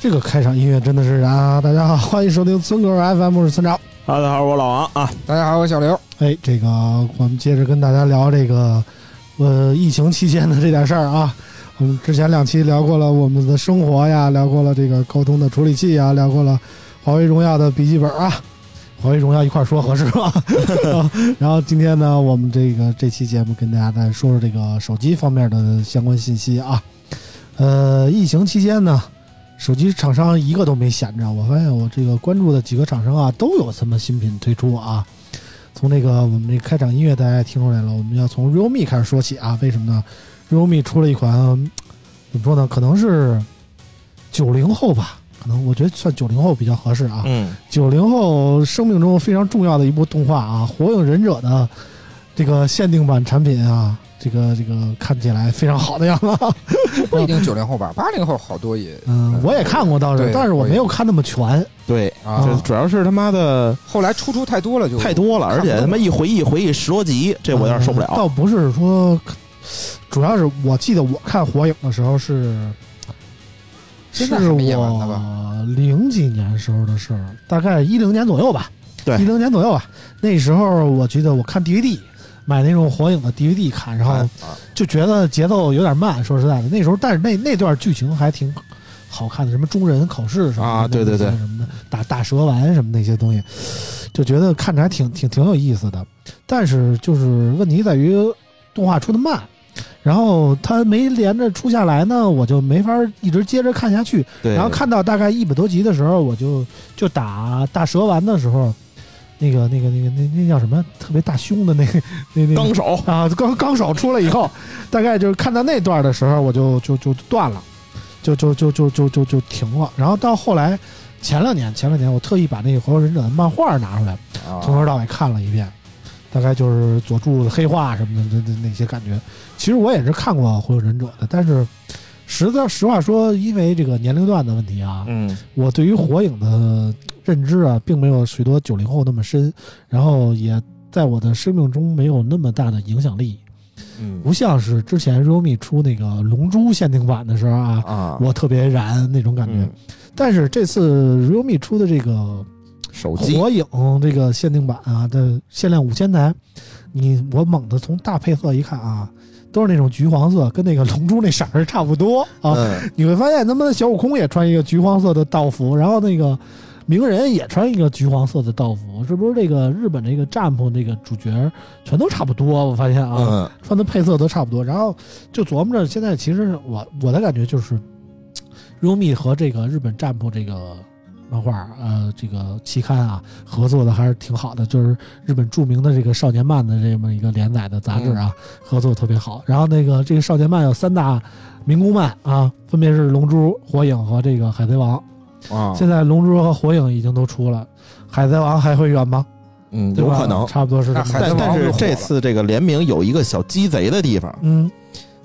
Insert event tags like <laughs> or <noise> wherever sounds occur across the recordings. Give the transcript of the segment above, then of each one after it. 这个开场音乐真的是啊！大家好，欢迎收听村口 FM，我是村长。哈喽，大家好，我老王啊。大家好，我小刘。哎，这个我们接着跟大家聊这个，呃，疫情期间的这点事儿啊。我们之前两期聊过了我们的生活呀，聊过了这个高通的处理器呀，聊过了华为荣耀的笔记本啊，华为荣耀一块儿说合适吗？然后今天呢，我们这个这期节目跟大家再说说这个手机方面的相关信息啊。呃，疫情期间呢，手机厂商一个都没闲着，我发现我这个关注的几个厂商啊，都有什么新品推出啊。从这个我们这开场音乐大家也听出来了，我们要从 realme 开始说起啊。为什么呢？realme 出了一款嗯怎么说呢？可能是九零后吧，可能我觉得算九零后比较合适啊。嗯，九零后生命中非常重要的一部动画啊，《火影忍者》的这个限定版产品啊，这个这个看起来非常好的样子。不一定九零后吧，八零后好多也。嗯，我也看过倒是，对但是我没有看那么全。对，啊这主要是他妈的后来出出太多了就，太多了，而且他妈一回忆回忆十多集，这我有点受不嗯了。倒不是说，主要是我记得我看《火影》的时候是，现是在还没演完呢吧我零几年时候的事儿，大概一零年左右吧，对一零年左右吧。那时候我记得我看 DVD，买那种《火影》的 DVD 看，然后啊就觉得节奏有点慢。说实在的，那时候但是那那段剧情还挺好看的，什么中忍考试什么的啊对对对那些什么的打大蛇丸什么那些东西，就觉得看着还挺挺挺有意思的。但是就是问题在于动画出的慢，然后它没连着出下来呢，我就没法一直接着看下去。对，然后看到大概一百多集的时候，我就就打大蛇丸的时候，那个那个那个那那叫什么特别大胸的那个那那个纲手，啊，刚刚手出来以后，大概就是看到那段的时候，我就就就断了，就就就就就就就停了。然后到后来，前两年前两年，我特意把那个《火影忍者》的漫画拿出来，啊从头到尾看了一遍，大概就是佐助的黑化什么的那那那些感觉。其实我也是看过《火影忍者》的，但是实在实话说，因为这个年龄段的问题啊，嗯，我对于火影的认知啊，并没有许多九零后那么深，然后也在我的生命中没有那么大的影响力，嗯不像是之前 Romi 出那个龙珠限定版的时候啊，啊，我特别燃那种感觉。嗯但是这次 Romi 出的这个手机火影嗯这个限定版啊的限量五千台，你我猛地从大配色一看啊，都是那种橘黄色，跟那个龙珠那色儿差不多啊。嗯，你会发现他妈的小悟空也穿一个橘黄色的道服，然后那个鸣人也穿一个橘黄色的道服，是不是这个日本这个占卜这个主角全都差不多？我发现啊，嗯穿的配色都差不多，然后就琢磨着现在其实我我的感觉就是，Rumi 和这个日本占卜这个漫画呃这个期刊啊合作的还是挺好的，就是日本著名的这个少年漫的这么一个连载的杂志啊，嗯合作特别好。然后那个这个少年漫有三大民工漫啊，分别是《龙珠》《火影》和这个《海贼王》啊，现在《龙珠》和《火影》已经都出了，《海贼王》还会远吗？嗯，对有吧可能。差不多是这么那海个贼但王但又火是了这次这个联名有一个小鸡贼的地方，嗯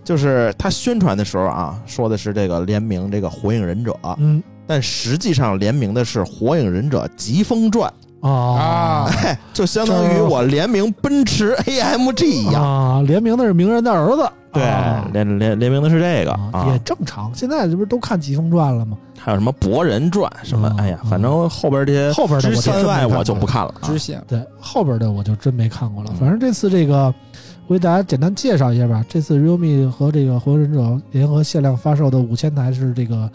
就是他宣传的时候啊，说的是这个联名这个火影忍者，嗯但实际上联名的是《火影忍者疾风 <laughs> 传啊啊》，嘿， <laughs> 就相当于我联名奔驰 AMG 一样。啊，联名的是鸣人的儿子， <laughs> 对啊，联联联名的是这个啊啊也，正常。现在这不是都看《疾风传》了吗？还有什么博人传什么啊，哎呀啊，反正后边这些后边的之我真三没外看我就过不看了啊。支线对后边的我就真没看过了。嗯反正这次这个我给大家简单介绍一下吧。这次 realme 和这个火影忍者联合限量发售的五千台是这个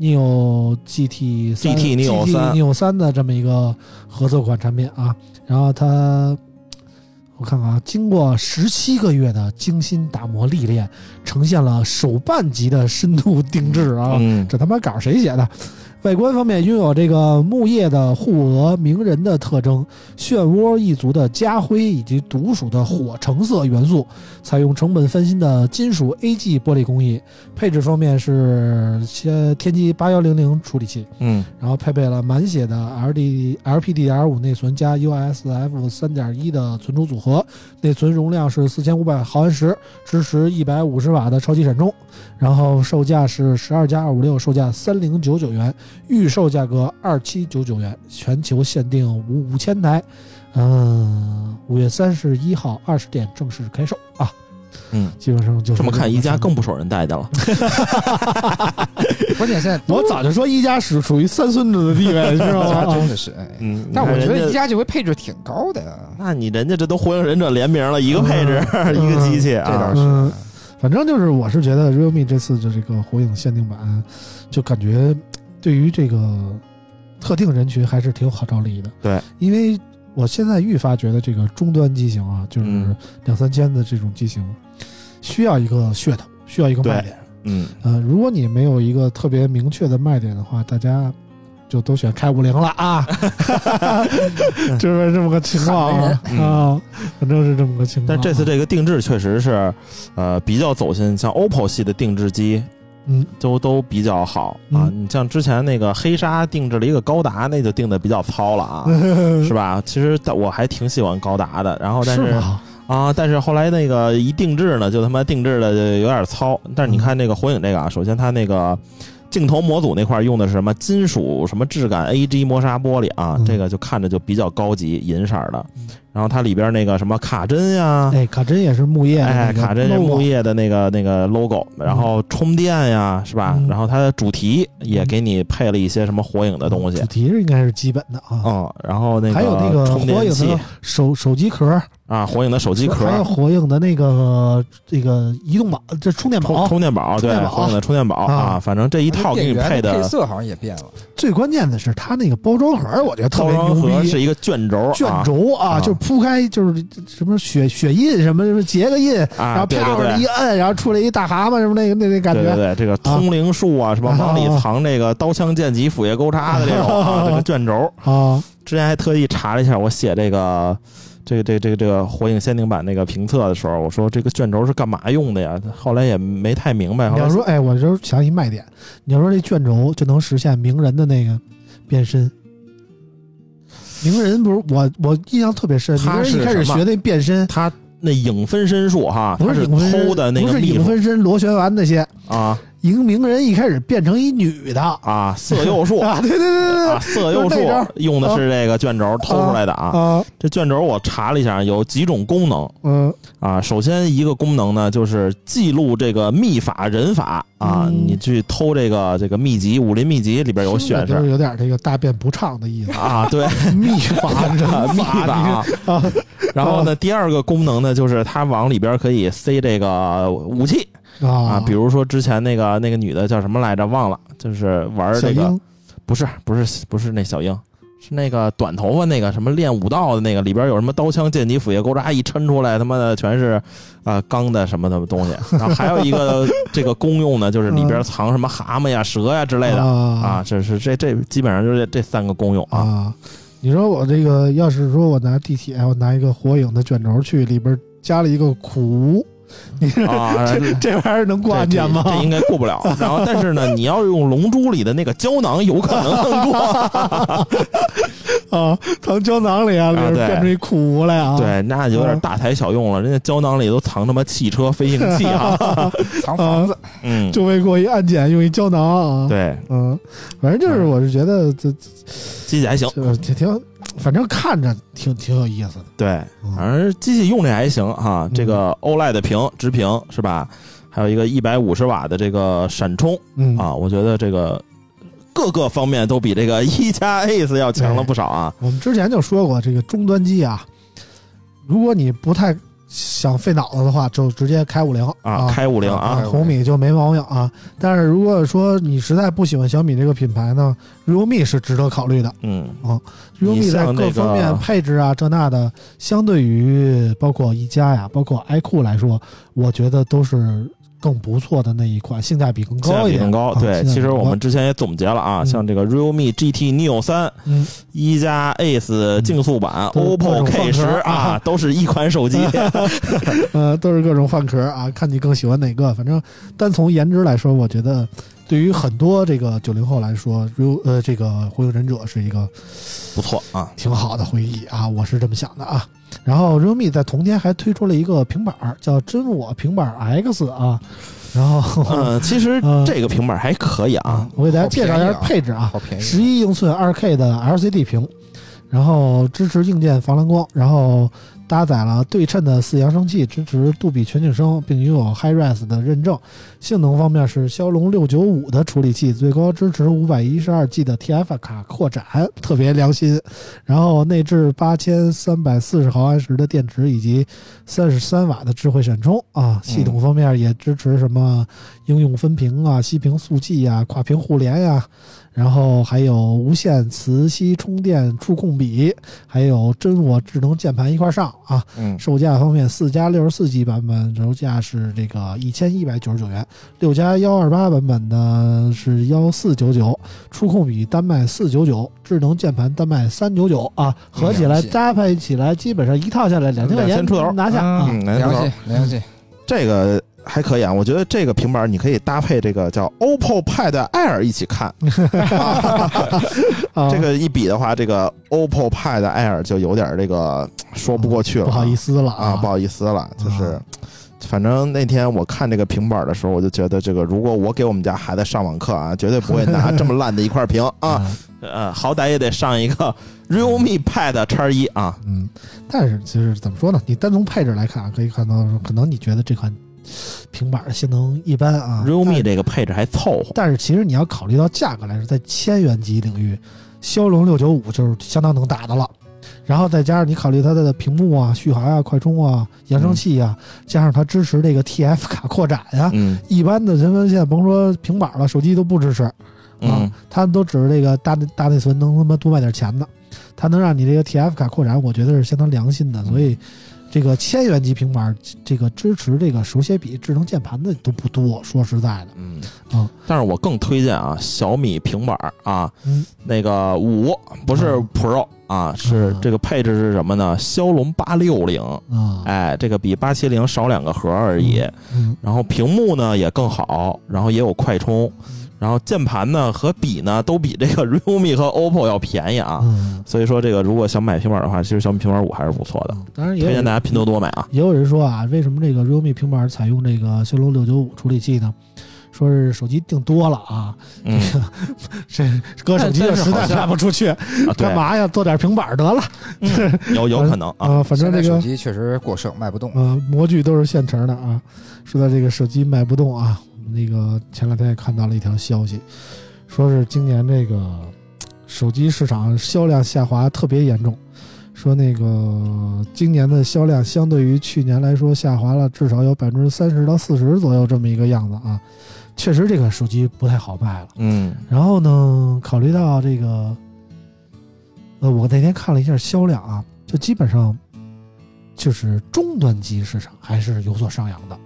neo GT 三 GT Neo 三 neo 三的这么一个合作款产品啊。然后它，我看看啊，经过十七个月的精心打磨历练，呈现了手办级的深度定制啊。嗯，这他妈稿儿谁写的？外观方面拥有这个木叶的护额、鸣人的特征、漩涡一族的家徽以及独属的火橙色元素，采用成本翻新的金属 AG 玻璃工艺。配置方面是天天玑八幺零零处理器，嗯，然后配备了满血的 LD LPDDR 5内存加 USF 3.1的存储组合，内存容量是四千五百毫安时，支持一百五十瓦的超级闪充，然后售价是十二加二五六，售价三零九九元，预售价格二七九九元，全球限定五五千台，嗯，五月三十一号二十点正式开售啊，嗯，基本上就是这么看，宜家个更不受人待见了。关键现哦在我早就说宜家是处于三孙子的地位，知道家 <laughs> 吗？真的是哎， <laughs> 嗯，但你我看觉得人宜家，啊家这回配置挺高的呀，那你人家这都火影忍者联名了，一个配置， <laughs> 一个机器嗯这倒啊。是。嗯反正就是，我是觉得 realme 这次的这个火影限定版，就感觉对于这个特定人群还是挺有号召力的。对，因为我现在愈发觉得这个终端机型啊，就是嗯两三千的这种机型，需要一个噱头，需要一个卖对点。嗯，呃，如果你没有一个特别明确的卖点的话，大家就都选开五菱了 <laughs> 啊，就是这么个情况啊 <laughs> 嗯啊，反正是这么个情况啊。但这次这个定制确实是，呃，比较走进像 OPPO 系的定制机，嗯，都都比较好啊。嗯你像之前那个黑鲨定制了一个高达，那就定的比较糙了啊， <laughs> 嗯是吧？其实但我还挺喜欢高达的，然后但是吗？啊，但是后来那个一定制呢，就他妈定制的就有点糙。但是你看那个火影这个嗯啊，首先它那个。镜头模组那块用的是什么金属什么质感 AG 磨砂玻璃啊，嗯这个就看着就比较高级，银色儿的嗯。然后它里边那个什么卡针呀、哎，卡针也是木啊叶的那啊哎，个 logo，卡针是木叶的那个那个 logo，然后充电呀，是吧嗯？然后它的主题也给你配了一些什么火影的东西主，题是应该是基本的啊。嗯，然后那还有那个充火电影器的手手机壳，啊，火影的手机壳还，有火影的那个这个移动宝，这充电充宝。充电哦宝，充对电，宝火影的充电宝啊啊，反正这一套给你配配的色好像也变了，最关键的是它那个包装盒，我觉得特套别装牛盒逼。是一个卷轴，卷轴啊，啊就铺开，就是什么血血印什么什么结个印，啊，然啊后对啪往对上对一。摁，然后出来一大蛤蟆什么那个那那感对对觉，对，这个通灵术啊，什么啊往里啊啊藏这个刀枪剑戟斧钺钩叉的这种啊，这个卷轴，啊，之前还特意查了一下，我写这个这个这个这个这个《火影限定版》那个评测的时候，我说这个卷轴是干嘛用的呀？后来也没太明白。后你来要说，哎，我就想一卖点，你要说这卷轴就能实现鸣人的那个变身。鸣人不是我，我印象特别深。鸣他人是一开始什么学那变身，他那影分身术哈，不他是是影分身偷的那不个是秘影术分身、螺旋丸那些。啊影鸣人一开始变成一女的啊，啊，色诱术。对对对对啊，色诱就术是 <laughs> 那招啊用的是这个卷轴偷出来对的啊。啊，这卷轴我查了一下，有几种功能嗯啊。首先一个功能呢，就是记录这个秘法、人法啊，嗯你去偷这个这个秘籍，武林秘籍里边有听着显就是示，有点这个大便不畅的意思 <laughs> 啊，对， <laughs> 秘法人啊秘法法啊。你啊，然后呢，第二个功能呢，就是它往里边可以塞这个武器啊，啊，比如说之前那个那个女的叫什么来着，忘了，就是玩小这个樱不是不是不是那小樱，是那个短头发那个什么练武道的那个，里边有什么刀枪剑戟斧钺钩叉一抻出来，他妈的全是啊钢的什么什么东西。然后还有一个这个功用呢，就是里边藏什么蛤蟆呀、蛇呀之类的啊啊，这是这这基本上就是这这三个功用啊。啊，你说我这个要是说我拿地铁，我拿一个火影的卷轴去，里边加了一个苦，你说啊，这这玩意儿能过 <laughs> 这安检吗这？这应该过不了。然后，但是呢，你要用《龙珠》里的那个胶囊，有可能能过。啊，藏胶囊里啊，里啊边对变成一苦来啊，对，那有点大材小用了。人家胶囊里都藏他妈汽车、飞行器啊。藏房子。嗯，就为过一安检用一胶囊啊，。对，嗯，反正就是，我是觉得这机器还行。这挺挺，反正看着挺挺有意思的。对，嗯反正机器用着还行哈。这个 OLED 的屏直屏是吧？还有一个一百五十瓦的这个闪充嗯，啊，我觉得这个各个方面都比这个一加 Ace 要强了不少啊。我们之前就说过，这个终端机啊，如果你不太想费脑子的话，就直接开五菱啊，开五菱啊啊，红米就没毛病啊。但是如果说你实在不喜欢小米这个品牌呢，realme 是值得考虑的。嗯，你 realme 在像各那方个面配置啊这那的，相对于包括一加呀，包括 iQOO 来说，我觉得都是更不错的那一款，性价比更性价高一比点。更高。啊对，性价比其实更我高们之前也总结了啊，嗯像这个 realme GT Neo 三、嗯一加 Ace 竞速版、都是各 OPPO 种 K 换十壳啊啊，都是一款手 <laughs> 机。呃，都是各种换壳啊，看你更喜欢哪个。反正单从颜值来说，我觉得对于很多这个九零后来说，如呃这个《火影忍者》是一个不错啊，挺好的回忆啊，我是这么想的啊。然后 realme 在同年还推出了一个平板儿，叫真我平板儿 X 啊。然后、嗯，其实嗯这个平板还可以啊啊，， <laughs> 我给大家介绍一下配置啊，好便宜，十一英寸二 K 的 LCD 屏，然后支持硬件防蓝光，然后搭载了对称的四扬声器，支持杜比全景声，并拥有 HiRes 的认证。性能方面是骁龙六九五的处理器，最高支持五百一十二 G 的 TF 卡扩展，特别良心。然后内置八千三百四十毫安时的电池以及三十三瓦的智慧闪充啊。系统方面也支持什么应用分屏啊、息屏速记啊、跨屏互联呀、然后还有无线磁吸充电触控笔，还有真我智能键盘一块儿上啊。嗯，售价方面，四加六十四 G 版本售价是这个一千一百九十九元，六加幺二八版本呢是幺四九九，触控笔单卖四九九，智能键盘单卖三九九啊，合起来两千搭配起来，基本上一套下来两千块钱2000出头拿下啊。嗯良心良心，这个还可以啊。我觉得这个平板你可以搭配这个叫 OPPO Pad Air 一起看，啊这个一比的话，这个 OPPO Pad Air 就有点这个说不过去了，不好意思思了啊，不好意思了，就是。反正那天我看这个平板的时候，我就觉得这个，如果我给我们家孩子上网课啊，绝对不会拿这么烂的一块屏 <laughs> 啊，，呃，好歹也得上一个 realme Pad 叉一啊，嗯，但是其实怎么说呢？你单从配置来看啊，可以看到可能你觉得这款平板儿性能一般啊 realme 这个配置还凑合，但是其实你要考虑到价格来说，在千元级领域，骁龙六九五就是相当能打的了。然后再加上你考虑它的屏幕啊、续航啊、快充啊、扬声器啊，加上它支持这个 TF 卡扩展啊呀、嗯一般的人们现在甭说平板了，手机都不支持。嗯啊，他们都指着这个大内大内存能他妈多卖点钱的，它能让你这个 TF 卡扩展，我觉得是相当良心嗯的。所以，这个千元级平板儿这个支持这个手写笔、智能键盘的都不多，说实在的，嗯啊但是我更推荐啊小米平板儿啊，嗯那个五不是嗯 Pro 啊，是嗯这个配置是什么呢？骁龙八六零，啊，哎，这个比八七零少两个核而已。嗯，然后屏幕呢也更好，然后也有快充，嗯然后键盘呢和笔呢都比这个 <laughs> realme 和 OPPO 要便宜啊。嗯，所以说，这个如果想买平板的话，其实小米平板五还是不错的，嗯当然也推荐大有家拼多多买啊。也有人说啊，为什么这个 realme 平板儿采用这个骁龙六九五处理器呢？说是手机订多了啊，嗯， <laughs> 这搁手机就但但是实好在像卖不出去，啊干对，嘛呀？做点平板儿得了有有可能啊。啊，反现正在这手个机确实过剩，卖不 <laughs> 动，呃，模具都是现成的啊。说到这个手机卖不动啊，我们那个前两天也看到了一条消息，说是今年这个手机市场销量下滑特别严重，说那个今年的销量相对于去年来说下滑了至少有百分之三十到四十左右这么一个样子啊。确实，这个手机不太好卖了。嗯然后呢，考虑到这个，呃，我那天看了一下销量啊，就基本上就是中端机市场还是有所上扬的，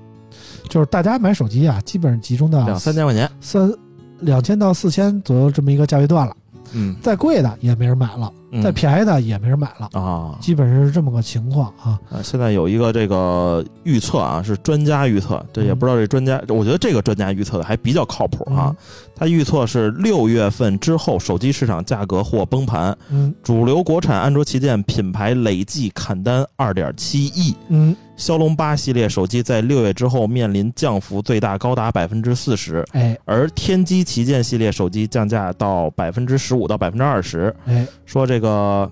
就是大家买手机啊，基本上集中到两三千块钱，三两千到四千左右这么一个价位段了，嗯，再贵的也没人买了，嗯再便宜的也没人买了，啊。基本上是这么个情况啊。啊，现在有一个这个预测啊，是专家预测，这也不知道这专家，我觉得这个专家预测的还比较靠谱啊嗯。他预测是六月份之后，手机市场价格或崩盘，嗯主流国产安卓旗舰品牌累计砍单二点七亿，嗯，骁龙八系列手机在六月之后面临降幅最大高达百分之四十，哎而天玑旗舰系列手机降价到百分之十五到百分之二十。哎，说这个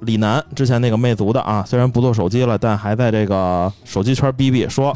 李楠之前那个魅族的啊，虽然不做手机了，但还在这个手机圈逼逼 <laughs> 说，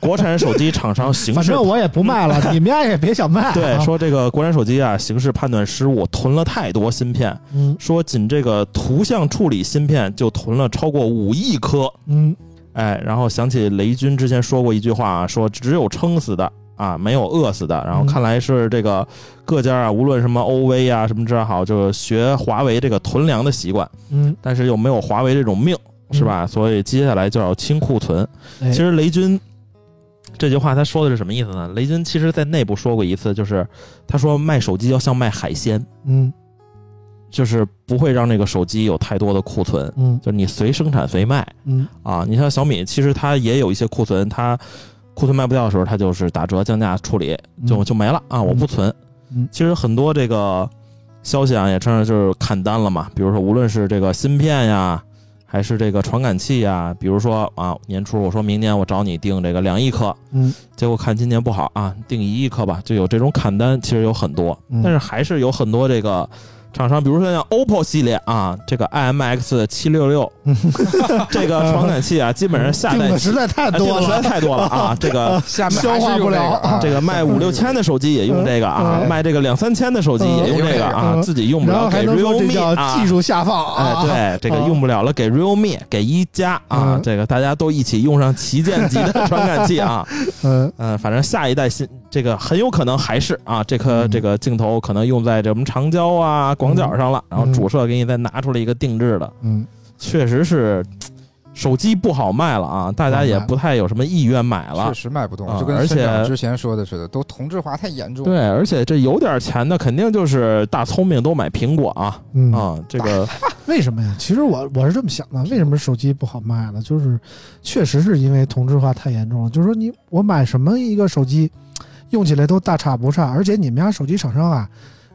国产手机厂商形反势正我也不卖 <laughs> 了，你们家也别想卖、啊。对说这个国产手机啊形势判断失误，囤了太多芯片，嗯说仅这个图像处理芯片就囤了超过五亿颗。嗯哎，然后想起雷军之前说过一句话、啊，说只有撑死的啊，没有饿死的。然后嗯看来是这个各家啊，无论什么欧威啊什么这好，就是学华为这个囤粮的习惯，嗯，但是又没有华为这种命，是吧？所以接下来就要清库存。哎？其实雷军这句话他说的是什么意思呢？雷军其实在内部说过一次，就是他说卖手机要像卖海鲜，嗯就是不会让这个手机有太多的库存，嗯就是你随生产随卖嗯啊。你像小米，其实它也有一些库存，它库存卖不掉的时候，它就是打折降价处理，嗯，就就没了啊，我不存嗯。其实很多这个消息啊，也称上就是砍单了嘛。比如说，无论是这个芯片呀，还是这个传感器呀，比如说啊，年初我说明年我找你定这个两亿颗，嗯，结果看今年不好啊，定一亿颗吧，就有这种砍单，其实有很多，嗯但是还是有很多这个厂商，比如说像 OPPO 系列啊，这个 IMX 七六六 <laughs> 这个传感器啊，基本上下定代的实在太啊哎多定的实在了，太多了啊，这个。下面消化不了 <laughs> 还是啊这有 <laughs> 个卖五六千的手机也用这个啊，嗯卖这个两三千的手机也用这个啊嗯，自己用不然后了还给能说这 realme 叫啊技，术下放啊，哎，对，这个用不了了给 realme 给一加啊嗯，这这个大家都一起用上旗舰级的 <laughs> 传感器啊，嗯嗯，反正下一代新这个很有可能还是啊，这颗嗯这个镜头可能用在这什么长焦啊、广角上了，然后嗯主摄给你再拿出来一个定制的，嗯确实是手机不好卖了啊，大家也不太有什么意愿买了确。实卖不动啊，就跟而村长且之前说的似的，都同质化太严重。对，而且这有点钱的，肯定就是大聪明都买苹果啊嗯啊！这个为什么呀？其实我我是这么想的，为什么手机不好卖了？就是确实是因为同质化太严重了。就是说你我买什么一个手机，用起来都大差不差，而且你们家手机厂商啊，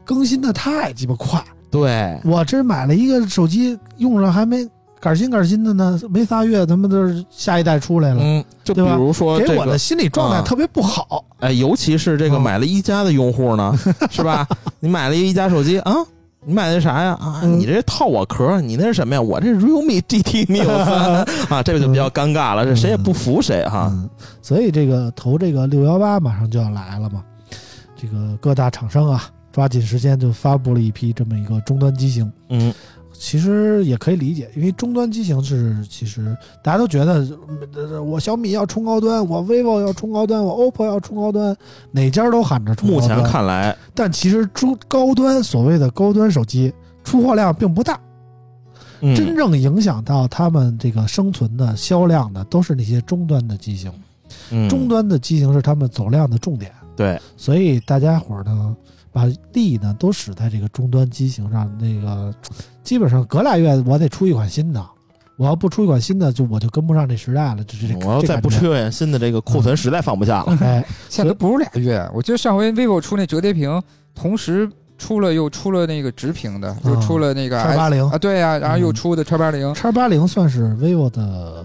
更新的太鸡巴快。对我这买了一个手机，用上还没杆新杆新的呢，没仨月，他妈的下一代出来了，嗯，就比对吧如说这给我个的，心理状态啊特别不好。哎，尤其是这个嗯买了一加的用 <laughs> 户呢，是吧？你买了一加手机啊，你买的啥呀？啊，嗯你这套我壳，你那是什么呀？我这 realme <laughs> GT Neo 三啊，这个就比较尴尬了，这谁也不服谁哈。嗯，所以这个投这个六幺八马上就要来了嘛，这个各大厂商啊，抓紧时间就发布了一批这么一个终端机型。嗯，其实也可以理解，因为终端机型是其实大家都觉得，呃我小米要冲高端，我 vivo 要冲高端，我 oppo 要冲高端，哪家都喊着冲嗯目高端。前，看来，但其实出高端所谓的高端手机出货量并不大，嗯真正影响到他们这个生存的销量的都是那些终端的机型，嗯终端的机型是他们走量的重点。对，所以大家伙儿呢，把力呢都使在这个终端机型上。那个基本上隔俩月我得出一款新的，我要不出一款新的，就我就跟不上这时代了。这这这，我要这再感不觉嗯出，一款新的，这个库存实在放不下 <laughs> 了。 <laughs> 哎，现在都不是俩月，我记得上回 vivo 出那折叠屏，同时出了又出了那个直屏的，又出了那个嗯叉八 S- 零 <laughs> 啊，对呀、然后又嗯出的叉八零，叉八零算是 vivo 的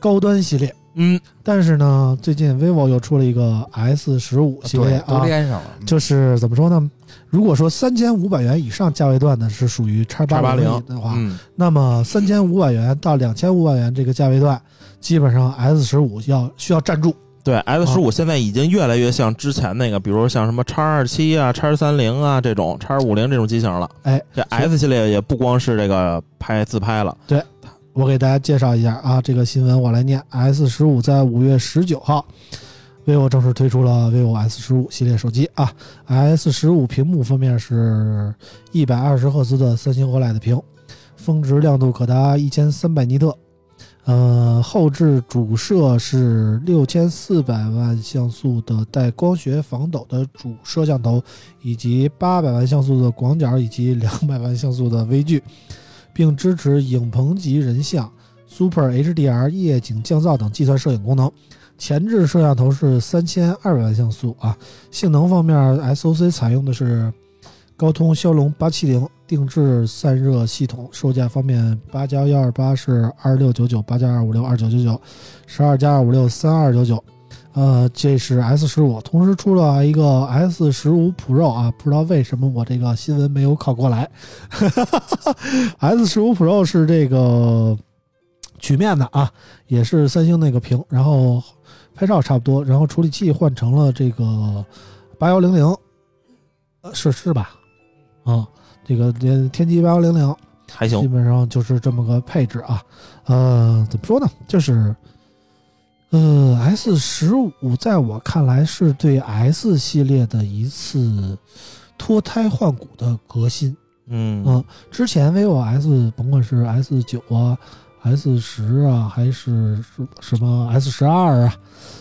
高端系列，嗯，但是呢，最近 vivo 又出了一个 S 十五系列对，都啊。连上了，嗯就是怎么说呢？如果说三千五百元以上价位段呢是属于叉八880的话，嗯，那么三千五百元到两千五百元这个价位段，基本上 S 十五要需要站住。对，S 十五现在已经越来越像之前那个，比如像什么叉二七啊、叉三零啊这种、叉五零这种机型了。哎，这 S 系列也不光是这个拍自拍了，我给大家介绍一下啊，这个新闻我来念。S 十五在五月十九号，vivo 正式推出了 vivo S 十五系列手机啊。S 十五屏幕方面是一百二十赫兹的三星 OLED 屏，峰值亮度可达一千三百尼特。呃，后置主摄是六千四百万像素的带光学防抖的主摄像头，以及八百万像素的广角以及两百万像素的微距。并支持影棚级人像、Super HDR 夜景降噪等计算摄影功能。前置摄像头是三千二百万像素啊。性能方面，SOC 采用的是高通骁龙八七零定制散热系统。售价方面，八加幺二八是二六九九，八加二五六二九九九，十二加二五六三二九九。呃，这是 S 十五，同时出了一个 S 十五 Pro 啊，不知道为什么我这个新闻没有考过来。S 十五 Pro 是这个曲面的啊，也是三星那个屏，然后拍照差不多，然后处理器换成了这个八幺零零，呃，是是吧？啊，这个连天玑八幺零零，还基行。本上就是这么个配置啊。呃，怎么说呢？就是呃，S 十五在我看来是对 S 系列的一次脱胎换骨的革新。嗯嗯，之前 vivo S 甭管是 S 九啊、S 十啊，还是什什么 S 十二啊，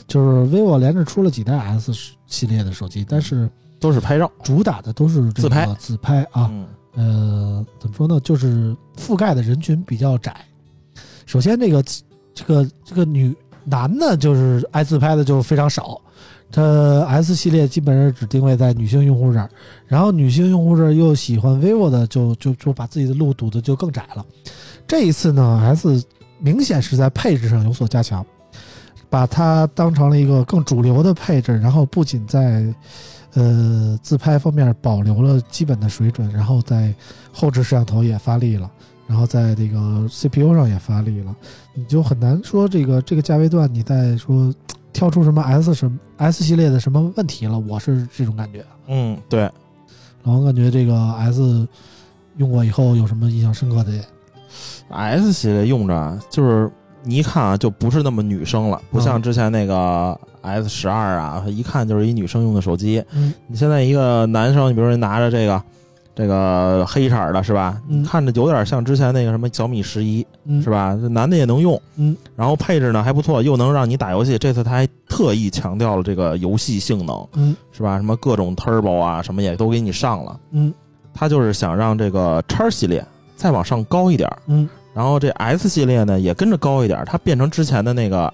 就是 vivo 连着出了几代 S 系列的手机，但是都是拍照主打的都是这自拍个自拍啊。嗯呃，怎么说呢？就是覆盖的人群比较窄。首先，这个这个这个女男的，就是呃爱自拍的就非常少。它 S 系列基本上只定位在女性用户这儿，然后女性用户这儿又喜欢 vivo 的就，就就把自己的路堵得就更窄了。这一次呢，S 明显是在配置上有所加强，把它当成了一个更主流的配置，然后不仅在呃，自拍方面保留了基本的水准，然后在后置摄像头也发力了，然后在这个 CPU 上也发力了，你就很难说这个这个价位段你再说挑出什么 S 什么 S 系列的什么问题了，我是这种感觉。嗯，对，然后感觉这个 S 用过以后有什么印象深刻的点？ S 系列用着啊就是你一看啊，就不是那么女生了，不像之前那个 S 十二啊，一看就是一女生用的手机。嗯你现在一个男生，你比如说拿着这个这个黑色儿的是吧？嗯看着有点像之前那个什么小米十一嗯是吧？这男的也能用，嗯，然后配置呢还不错，又能让你打游戏。这次他还特意强调了这个游戏性能嗯是吧？什么各种 Turbo 啊，什么也都给你上了。嗯他就是想让这个叉系列再往上高一点儿。嗯然后这 S 系列呢也跟着高一点，它变成之前的那个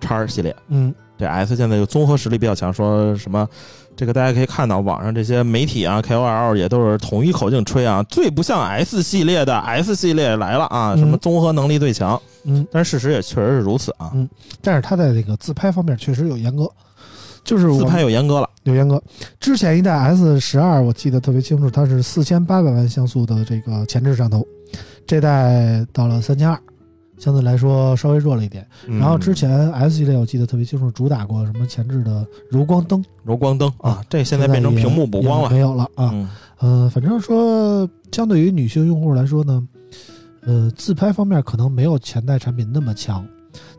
叉系列。嗯这 S 现在就综合实力比较强，说什么这个大家可以看到网上这些媒体啊 KOL 也都是统一口径吹啊，最不像 S 系列的 S 系列来了啊，嗯什么综合能力最强。嗯，但是事实也确实是如此啊，嗯但是它在这个自拍方面确实有严格，就是我自拍有严格了。有严格。之前一代 S 十二我记得特别清楚，它是四千八百万像素的这个前置摄像头，这代到了三千二，相对来说稍微弱了一点。嗯然后之前 S 系列我记得特别清楚，主打过什么前置的柔光灯，柔光灯啊啊，这现在变成也屏幕补光也了。没有了啊。嗯呃，反正说相对于女性用户来说呢，呃，自拍方面可能没有前代产品那么强，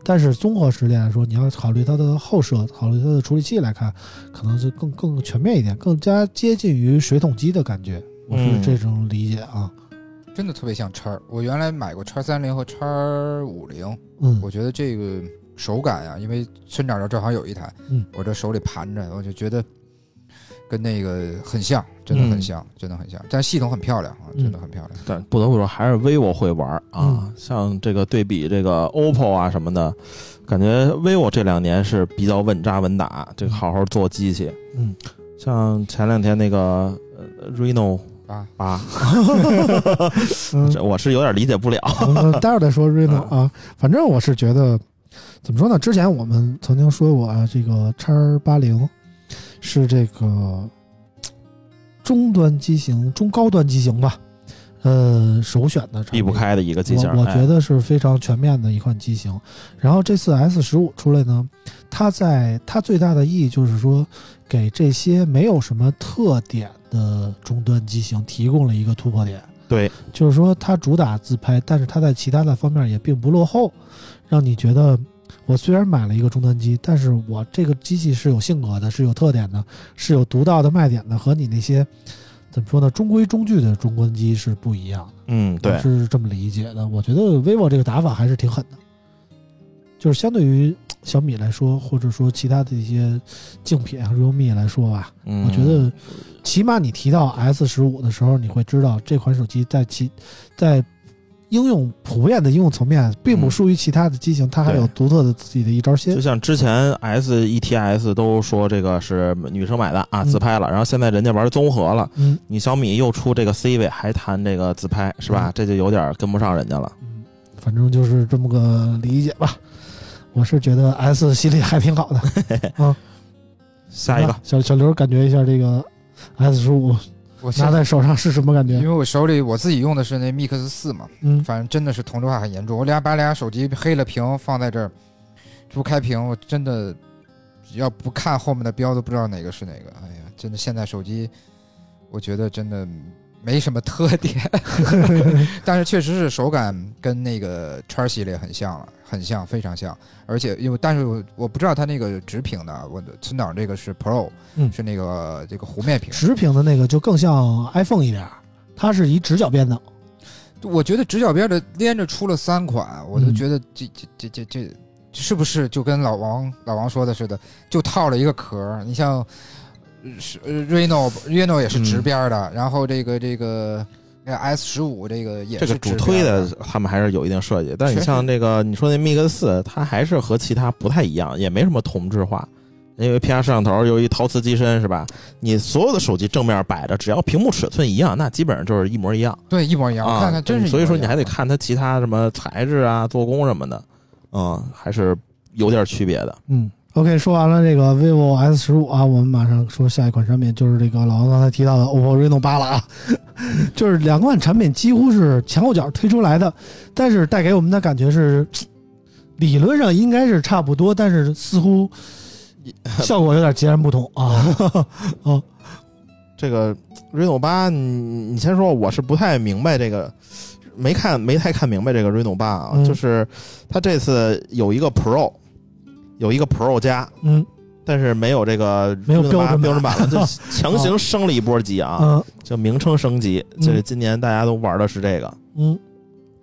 但是综合实力来说，你要考虑它的后摄，考虑它的处理器来看，可能就更更全面一点，更加接近于水桶机的感觉，我是嗯这种理解啊。真的特别像叉儿。我原来买过叉三零和叉五零，嗯我觉得这个手感呀、因为村长这儿正好有一台，嗯我这手里盘着，我就觉得跟那个很像，真的很像，真的很像。但系统很漂亮啊，嗯真的很漂亮。但不得不说，还是 vivo 会玩儿啊。嗯像这个对比这个 OPPO 啊什么的，感觉 vivo 这两年是比较稳扎稳打，这个好好做机器。嗯，像前两天那个呃 Reno 啊，八，嗯这我是有点理解不了。我们呃待会儿再说 Reno 啊，反正我是觉得，怎么说呢？之前我们曾经说过啊，这个叉八零是这个嘖中端机型、中高端机型吧，呃，首选的产品避不。开的一个机型，我我哎觉得是非常全面的一款机型。然后这次 S 十五出来呢，它在它最大的意义就是说，给这些没有什么特点的终端机型提供了一个突破点。对，就是说它主打自拍，但是它在其他的方面也并不落后，让你觉得我虽然买了一个终端机，但是我这个机器是有性格的，是有特点的，是有独到的卖点的，和你那些怎么说呢，中规中矩的终端机是不一样的。嗯，我对，是这么理解的。我觉得 vivo 这个打法还是挺狠的，就是相对于呃小米来说，或者说其他的一些竞品啊 realme 来说吧，嗯我觉得起码你提到 S 十五的时候，你会知道这款手机在其在应用普遍的应用层面，并不输于其他的机型，它还嗯对有独特的自己的一招鲜就。像之前 S E T S 都说这个是女生买的啊，嗯自拍了，然后现在人家玩综合了，嗯你小米又出这个 C 位，还谈这个自拍是吧嗯？这就有点跟不上人家了。嗯，反正就是这么个理解吧。我是觉得 S 系列还挺好的。下一个啊，小小刘感觉一下这个 S 十五我现拿在手上是什么感因觉？为我手里我自己用的是那 Mix 四嘛， <laughs> 嗯反正真的是同质化很严重。我俩把俩手机黑了屏放在这儿，不开屏，我真的要不看后面的标都不知道哪个是哪个。哎呀，真的现在手机，我觉得真的没什么特点，但是确实是手感跟那个叉系列很像了，很像，非常像。而且因为，但是我我不知道它那个直屏的，我村长这个是 Pro，、嗯是那个这个弧面屏。直屏的那个就更像 iPhone 一点儿，它是一直角变的。我觉得直角边的连着出了三款，我都嗯觉得这这这这这是不是就跟老王老王说的似的，就套了一个壳儿？你像呃是呃 Reno Reno 也是嗯直边的，然后这个这个那 S 十五这个也这是个直主边推的的，他们还是有一定设计，但是确你实像这个你说那 Mix 四，它还是和其他不太一样，也没什么同质化。因为 PR 摄像头由于陶瓷机身是吧，你所有的手机正面摆着，只要屏幕尺寸一样，那基本上就是一模一样对，一模一样。啊。我看看真是一模一样，所以说你还得看它其他什么材质啊、做工什么的，嗯，还是有点区别的。嗯，OK，说完了这个 vivo S 十五啊，我们马上说下一款产品，就是这个老王刚才提到的 OPPO Reno 八了啊， <laughs> 就是两款产品几乎是前后脚推出来的，但是带给我们的感觉是，理论上应该是差不多，但是似乎效果有点截然不同啊。 <laughs> 这个 Reno 八，你你先说，我是不太明白这个，没看没太看明白这个 Reno 八啊，嗯就是它这次有一个 Pro，有一个 Pro 加，嗯但是没有这个没有 Reno 八标标准准版了，就强行升了一波级啊，嗯就名称升级，嗯这是今年大家都玩的是这个嗯，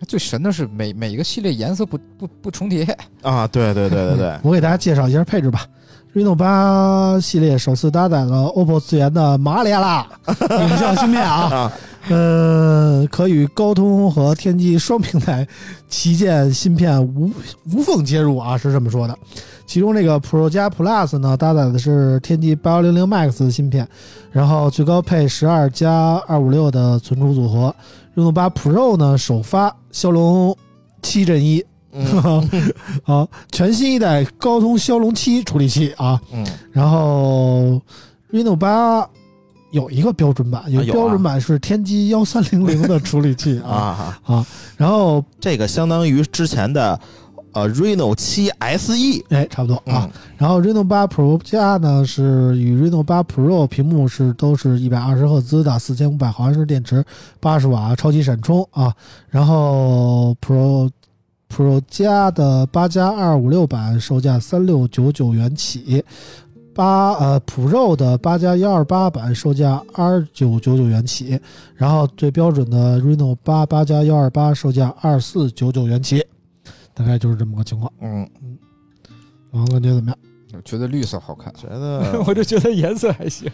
最神的是每每一个系列颜色不不不重叠，啊，对对对对对，嗯我给大家介绍一下配置吧。Reno 八系列首次搭载了 OPPO 自研的马里亚 <laughs> 纳影像芯片啊，啊，呃，可与高通和天玑双平台旗舰芯片无无缝接入啊，是这么说的。其中这个 Pro 加 Plus 呢，搭载的是天玑八幺零零 Max 的芯片，然后最高配十二加二五六的存储组合。Reno 八 Pro 呢，首发骁龙七阵一， <laughs> <laughs> 嗯啊，全新一代高通骁龙七处理器啊。嗯，然后 Reno 八有一个标准版，有啊有啊标准版是天玑幺三零零的处理器啊。啊，然后这个相当于之前的呃 Reno 七 SE 哎，差不多啊。嗯，然后 Reno 八 Pro 加呢是与 Reno 八 Pro 屏幕是都是一百二十赫兹的四千五百毫安时电池，八十瓦超级闪充啊。然后 Pro Pro 加的八加二五六版售价三六九九元起，八呃 Pro 的八加幺二八版售价二九九九元起，然后最标准的 Reno 八八加幺二八售价二四九九元起，大概就是这么个情况。嗯，然后感觉怎么样？我觉得绿色好看。<laughs> 觉得就觉得颜色还行，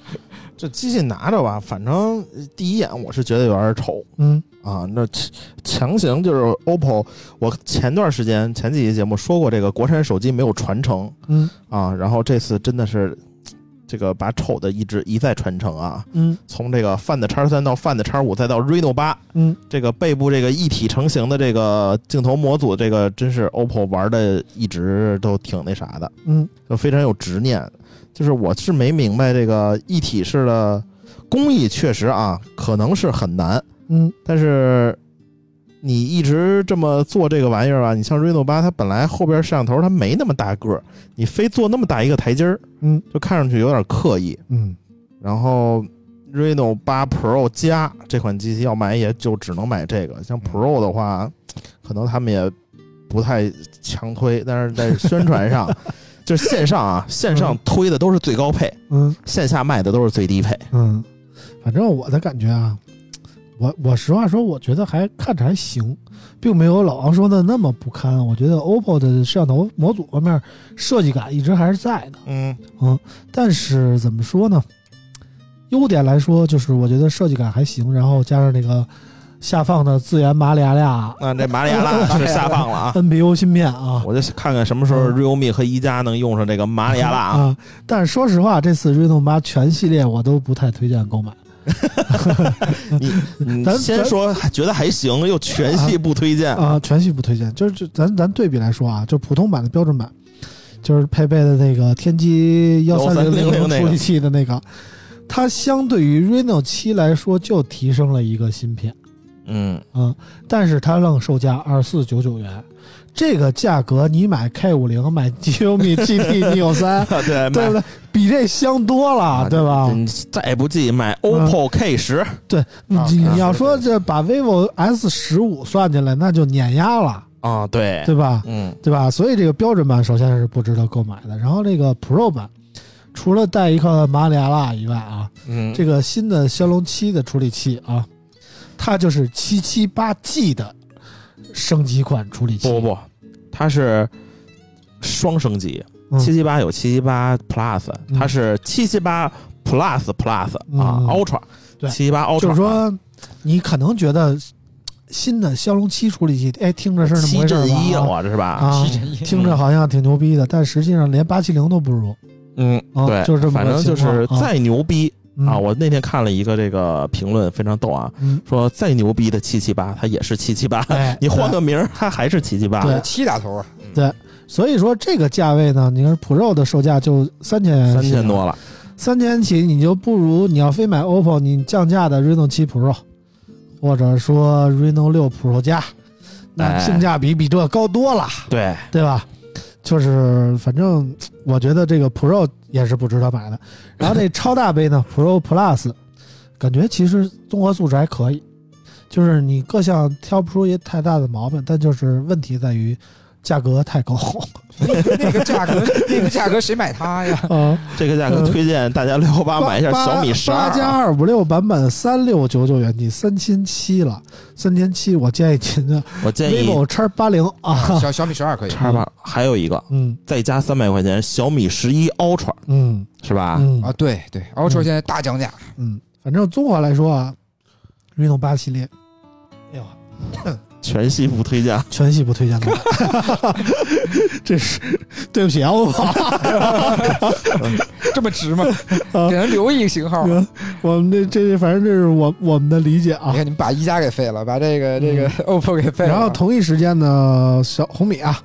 这机器拿着吧，反正第一眼我是觉得有点丑嗯啊。那强强行就是 OPPO，我前段时间前几期节目说过，这个国产手机没有传承嗯。啊，然后这次真的是这个把丑的一直一再传承啊，嗯从这个 Find X 三到 Find X 五，再到 Reno 八，嗯这个背部这个一体成型的这个镜头模组，这个真是 OPPO 玩的一直都挺那啥的。嗯就非常有执念。就是我是没明白这个一体式的工艺，确实啊，可能是很难，嗯但是你一直这么做这个玩意儿吧，你像 Reno 八，它本来后边摄像头它没那么大个儿，你非做那么大一个台阶儿，嗯，就看上去有点刻意。嗯，然后 Reno 八 Pro 加这款机器要买，也就只能买这个。像 Pro 的话，可能他们也不太强推，但是在宣传上， <laughs> 就是线上啊，线上推的都是最高配，嗯线下卖的都是最低配。嗯，反正我的感觉啊，我我实话说，我觉得还看着还行，并没有老王说的那么不堪。我觉得 OPPO 的摄像头模组方面设计感一直还是在的，嗯但是怎么说呢？优点来说，就是我觉得设计感还行，然后加上那个下放的自研马里亚纳那这马里亚 <laughs> 纳是嗯下放了啊。 NPU 芯片啊，我就看看什么时候 realme 和一加能用上这个马里亚纳 <laughs> 啊！啊！但是说实话，这次 Reno 八全系列我都不太推荐购买。你咱嗯先说觉得还行，又全系不推荐。啊、全系不推荐。就是就咱咱对比来说啊，就普通版的标准版，就是配备的那个天玑幺三零1300那零个处理器的那个，它相对于 Reno 七来说就提升了一个芯片，嗯 <laughs> 啊，但是它愣售价二四九九元，这个价格你买 K 五零、买 Xiaomi GT Neo 三，对对不买对？比这香多了，对吧？你再不济买 OPPO K 十，对，你啊你对要对说对这把 vivo S 十五算进来，那就碾压了，啊，对，对吧？嗯对吧？所以这个标准版首先是不值得购买的。然后这个 Pro 版，除了带一个马里亚纳以外啊，嗯，这个新的骁龙七的处理器啊，它就是七七八 G 的升级款处理器。不不不，它是双升级，嗯七七八有七七八 Plus，嗯它是七七八 Plus Plus 啊嗯，Ultra，对七七八 Ultra，就是说你可能觉得新的骁龙七处理器，哎，听着是那么七回事儿阵一吧？我这是吧？啊，七阵一听着好像挺牛逼的，但实际上连八七零都不如。嗯，啊对，就是这么个反正就是情况啊再牛逼嗯啊！我那天看了一个这个评论，非常逗啊，嗯，说再牛逼的七七八，它也是七七八，哎，你换个名儿，它还是七七八，对七打头啊， <laughs> 所以说这个价位呢，你看 Pro 的售价就三千元，三千，多嗯了。三千起，你就不如你要非买 OPPO，你降价的 Reno 7 Pro，或者说 Reno 6 Pro 加，那哎性价比比这高多了，对，对吧？就是反正我觉得这个 Pro 也是不值得买的。然后这超大杯呢，Pro <laughs> Plus，感觉其实综合素质还可以，就是你各项挑不出一太大的毛病，但就是问题在于价格太高。那个价格，那个价格谁买它 <laughs> 呀？啊，这个价格推荐大家六幺八买一下小米十八二加二五六版本三六九九元起，三千七了，三千七，我建议您的我建议 vivo X 八零啊，小小米十二可以叉八还有一个嗯再加三百块钱小米十一 Ultra 嗯是吧？嗯啊，对对，Ultra 现在大降价，嗯，反正综合来说啊，reno 八系列，哎呦，全系不推荐。全系不推荐购买， <laughs> 这是对不起啊，我 <laughs> 这么值吗？啊嗯给人留一个型号。你 <laughs> 我们这这反正这是我我们的理解啊。看，你们把一加给废了，把这个这个 OPPO 给废了。嗯然后同一时间呢，小红米啊，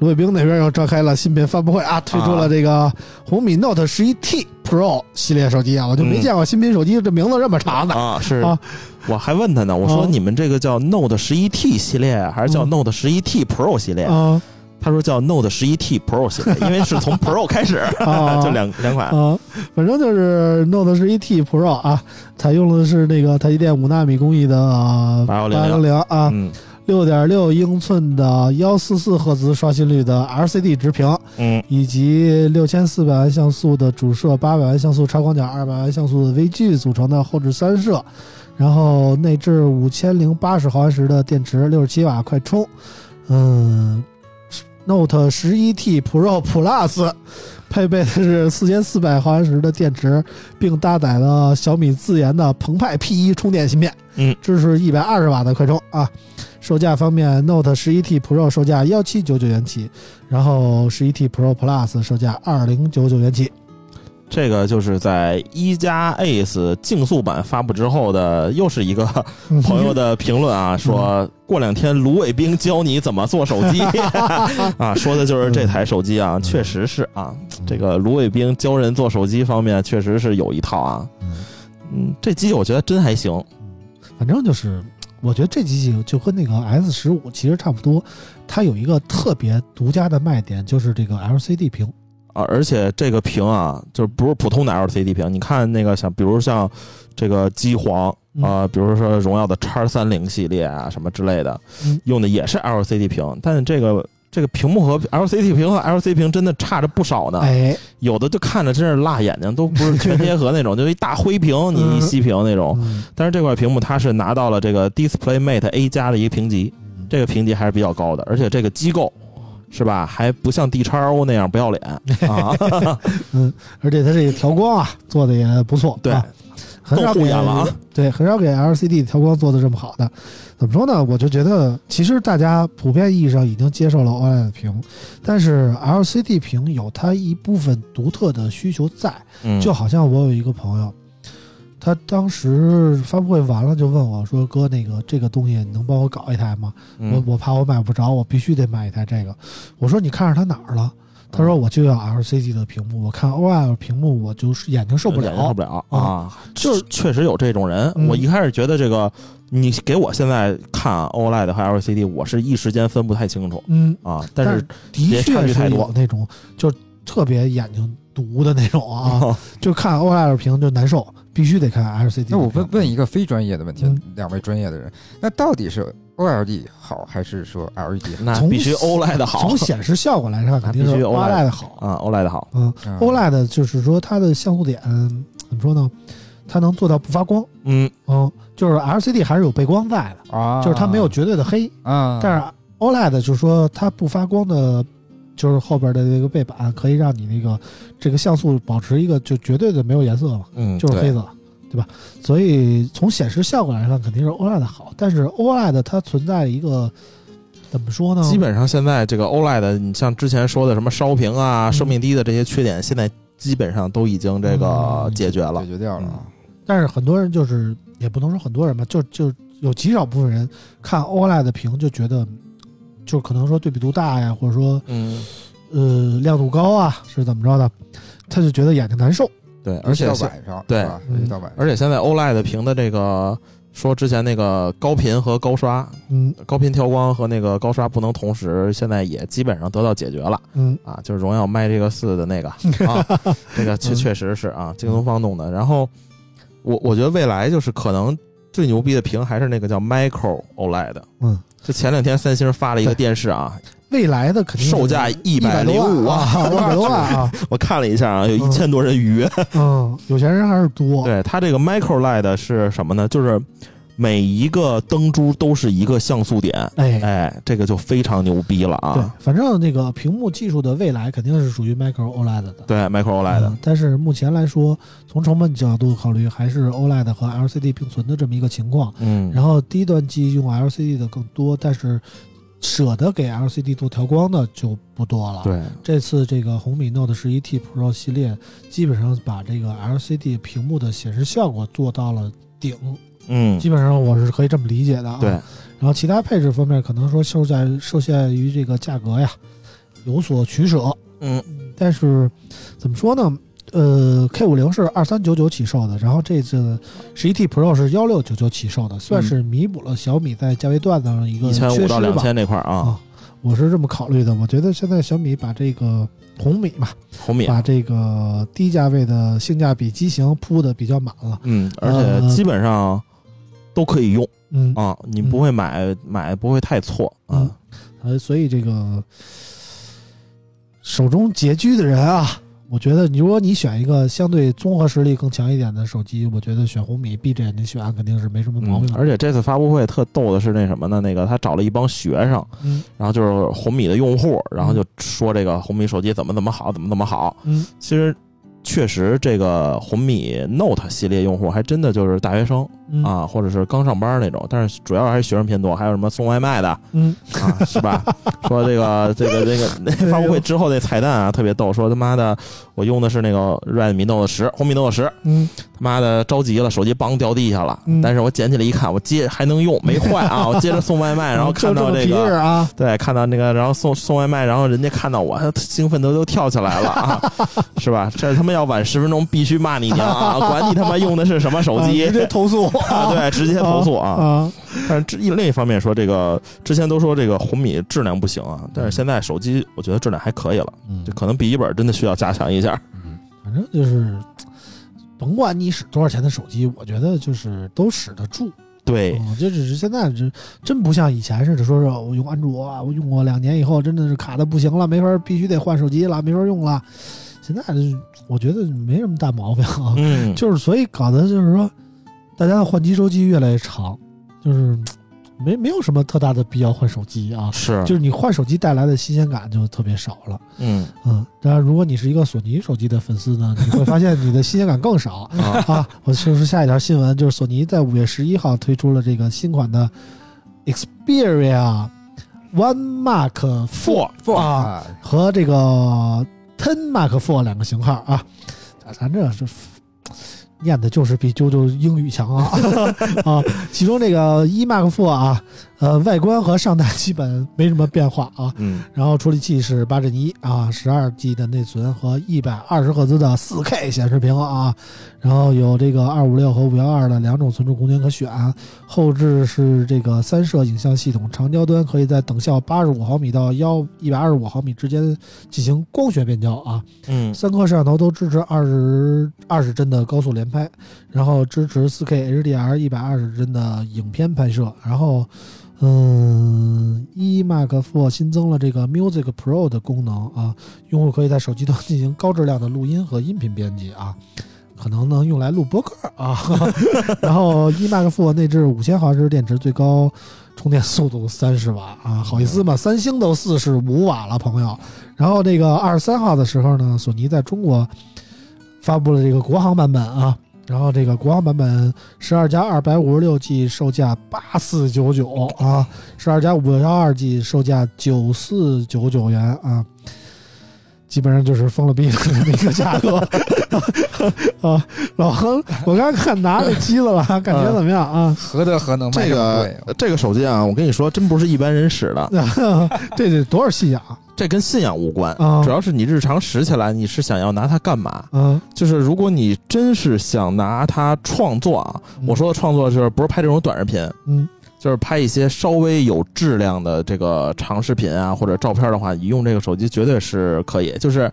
卢伟冰那边又召开了新品发布会啊，推出了这个红米 Note 十一 T Pro 系列手机啊，我就没嗯见过新品手机这名字这么长的。啊，是啊我还问他呢，我说啊你们这个叫 Note 十一 T 系列啊还是叫嗯 Note 十一 T Pro 系列？啊他说叫 Note 十一 T Pro 系列， <laughs> 因为是从 Pro 开始，啊 <laughs> 就两两款。啊，反正就是 Note 十一 T Pro 啊，采用的是那个台积电五纳米工艺的八8500零零啊，嗯六点六英寸的幺四四赫兹刷新率的 LCD 直屏，嗯以及六千四百万像素的主摄、八百万像素超广角、二百万像素的 VG 组成的后置三摄，然后内置五千零八十毫安时的电池，六十七瓦快充。嗯，Note 十一 T Pro Plus 呃配备的是四千四百毫安时的电池，并搭载了小米自研的澎湃 P1 充电芯片，嗯，支持一百二十瓦的快充啊。售价方面，Note 十一 T Pro 售价幺七九九元起，然后十一 T Pro Plus 售价二零九九元起。这个就是在一加 Ace 竞速版发布之后的，又是一个朋友的评论啊，说过两天卢伟冰教你怎么做手机啊，说的就是这台手机啊，确实是啊，这个卢伟冰教人做手机方面确实是有一套啊，嗯，这机我觉得真还行，反正就是，我觉得这机器就跟那个 S 十五其实差不多，它有一个特别独家的卖点，就是这个 LCD 屏。啊，而且这个屏啊，就是不是普通的 LCD 屏。你看那个像，比如像这个机皇嗯啊、比如说荣耀的叉三零系列啊什么之类的嗯，用的也是 LCD 屏，但是这个这个屏幕和 LCD 屏和 LCD 屏真的差着不少呢。哎，有的就看着真是辣眼睛，都不是全贴合那种， <laughs> 就一大灰屏，你一熄屏那种。嗯但是这块屏幕它是拿到了这个 Display Mate A 加的一个评级，这个评级还是比较高的，而且这个机构是吧，还不像 D 叉 O 那样不要 <laughs> 脸啊。而且它这个调光啊，做的也不错，对啊，很少都给护眼了啊对，很少给 LCD 调光做的这么好的。怎么说呢？我就觉得，其实大家普遍意义上已经接受了 OLED 屏，但是 LCD 屏有它一部分独特的需求在。嗯，就好像我有一个朋友，他当时发布会完了就问我说：“哥，那个这个东西你能帮我搞一台吗？嗯我我怕我买不着，我必须得买一台这个。”我说：“你看上它哪儿了？”他嗯说我就要 LCD 的屏幕，我看 OL 屏幕我就是眼睛受不忍受了不。了啊啊！就是确实有这种人。嗯我一开始觉得这个，你给我现在看 OLED 和 LCD，我是一时间分不太清楚嗯，啊。但是的别确差距是太多有那种就是特别眼睛毒的那种啊，啊，就看 OL 屏就难受，必须得看 LCD 的屏。那我问问一个非专业的问题嗯，两位专业的人，那到底是 OLED 好还是说 E LED <laughs> 那从必须 OLED 好从显示效果来看，肯定啊必是须 OLED 的好。啊，OLED 好嗯好？ ，OLED 就是说它的像素点怎么说呢？它能做到不发光。嗯，嗯，就是 LCD 还是有背光在的，啊，就是它没有绝对的黑，啊，但是 OLED 就是说它不发光的，就是后边的这个背板可以让你那个这个像素保持一个就绝对的没有颜色嘛，嗯，就是黑对色，对吧？所以从显示效果来看，肯定是 OLED 好，但是 OLED 它存在一个怎么说呢？基本上现在这个 OLED，你像之前说的什么烧屏啊、嗯生命低的这些缺点，现在基本上都已经这个嗯解决了解。决掉了啊。嗯但是很多人就是也不能说很多人吧，就就有极少部分人看 OLED 的屏就觉得，嗯就可能说对比度大呀，或者说嗯，呃亮度高啊，是怎么着的，他就觉得眼睛难受。对，而且尤其到现晚上，对是吧嗯尤其到晚上，而且现在 OLED 屏的这个说之前那个高频和高刷、嗯高频调光和那个高刷不能同时，现在也基本上得到解决了。嗯啊，就是荣耀卖这个四的那个啊， <laughs> 这个确嗯确实是啊，京东方弄的。然后我我觉得未来就是可能最牛逼的屏还是那个叫 Micro OLED。嗯，就前两天三星发了一个电视啊，未来的肯定售价一一百零万五万，啊，一百多万啊，我看了一下啊，有一嗯千多人 <laughs> 预约。 <laughs> 嗯，有钱人还是多。对它这个 Micro LED 是什么呢？就是每一个灯珠都是一个像素点，哎哎，这个就非常牛逼了对啊！，反正那个屏幕技术的未来肯定是属于 Micro OLED E 的。对 Micro OLED，、嗯但是目前来说，从成本角度考虑，还是 OLED 和 LCD 并存的这么一个情况。嗯，然后低端机用 LCD 的更多，但是舍得给 LCD 做调光的就不多了。，对，这次这个红米 Note 11 T Pro 系列，基本上把这个 LCD 屏幕的显示效果做到了顶，嗯，基本上我是可以这么理解的啊。对然，后其他配置方面，可能说受限受限于这个价格呀，有所取舍。嗯但是怎么说呢？呃，K 五零是二三九九起售的，然后这次十一 T Pro 是幺六九九起售的，算是弥补了小米在价位段上的一个一缺千失五到两嗯吧。千这块儿啊，啊，我是这么考虑的。我觉得现在小米把这个红米嘛，红米，嗯把这个低价位的性价比机型铺的比较满了。嗯，而呃且基本上都可以用嗯，啊，你不会买买不会太错嗯啊，呃，所以这个手中拮据的人啊，我觉得你如果你选一个相对综合实力更强一点的手机，我觉得选红米闭着眼睛选肯定是没什么毛嗯病，的。而且这次发布会特逗的是那什么呢？那个他找了一帮学生，嗯然后就是红米的用户，然后就说这个红米手机怎么怎么好，怎么怎么好，嗯其实确实，这个红米 Note 系列用户还真的就是大学生嗯啊，或者是刚上班那种，但是主要还是学生偏多。还有什么送外卖的嗯啊，是吧？ <laughs> 说这个这个这个 <laughs> 那哎呦发布会之后那彩蛋啊，特别逗，说他妈的我用的是那个 Redmi Note 十，红米 Note 十，嗯他妈的着急了，手机梆掉地下了嗯，但是我捡起来一看，我接还能用，没坏 <laughs> 啊，我接着送外卖，然后看到就这这 <laughs> 么皮个实啊，对，看到那个，然后送送外卖，然后人家看到我，他兴奋都都跳起来了 <laughs> 啊，是吧？这他妈要晚十分钟，必须骂你 <laughs> 娘啊！管你他妈用的是什么手机啊直接投诉 <laughs> 啊！对，直接投诉啊！啊，但是这一另一方面说，这个之前都说这个红米质量不行啊，但是现在手机我觉得质量还可以了，嗯就可能笔记本真的需要加强一下。反正就是。甭管你使多少钱的手机，我觉得就是都使得住。对，嗯，这只是现在这真不像以前似的，说是我用安卓啊，我用过两年以后，真的是卡的不行了，没法，必须得换手机了，没法用了。现在这我觉得没什么大毛病啊，嗯，就是所以搞得就是说，大家的换机周期越来越长，就是没没有什么特大的必要换手机啊，是，就是你换手机带来的新鲜感就特别少了。嗯嗯，当然，如果你是一个索尼手机的粉丝呢，你会发现你的新鲜感更少啊，啊。我就是下一条新闻，就是索尼在五月十一号推出了这个新款的 Xperia One Mark Four 啊啊，和这个 Ten Mark Four 两个型号啊，啊咱这是念的就是比啾啾英语强啊 <laughs> 啊！其中这个 iMac 4啊，呃，外观和上代基本没什么变化啊。嗯，然后处理器是八阵一啊，十二 G 的内存和一百二十赫兹的四 K 显示屏啊，然后有这个二五六和五幺二的两种存储空间可选。后置是这个三摄影像系统，长焦端可以在等效八十五毫米到幺一百二十五毫米之间进行光学变焦啊。嗯三颗摄像头都支持二十二十帧的高速连拍，然后支持四 K HDR 一百二十帧的影片拍摄，然后，嗯，iMac Four 新增了这个 Music Pro 的功能啊，用户可以在手机端进行高质量的录音和音频编辑啊。可能能用来录播客啊， <laughs> 然后 iMac Four 内置五千毫安时电池，最高充电速度三十瓦啊，好意思吗？三星都四十五瓦了，朋友。然后这个二十三号的时候呢，索尼在中国发布了这个国行版本啊，然后这个国行版本十二加二百五十六 G 售价八四九九啊，十二加五幺二 G 售价九四九九元啊。基本上就是疯了逼的那个价格 <laughs> 啊！老王，我刚看拿这机子了，感觉怎么样啊？ <laughs> 何德何能卖这么个贵？这个手机啊，我跟你说，真不是一般人使的，啊这得多少信仰这跟信仰无关，啊主！要是你日常使起来，你是想要拿它干嘛？嗯，就是如果你真是想拿它创作啊，嗯我说的创作就是不是拍这种短视频，嗯，就是拍一些稍微有质量的这个长视频啊或者照片的话，你用这个手机绝对是可以。就是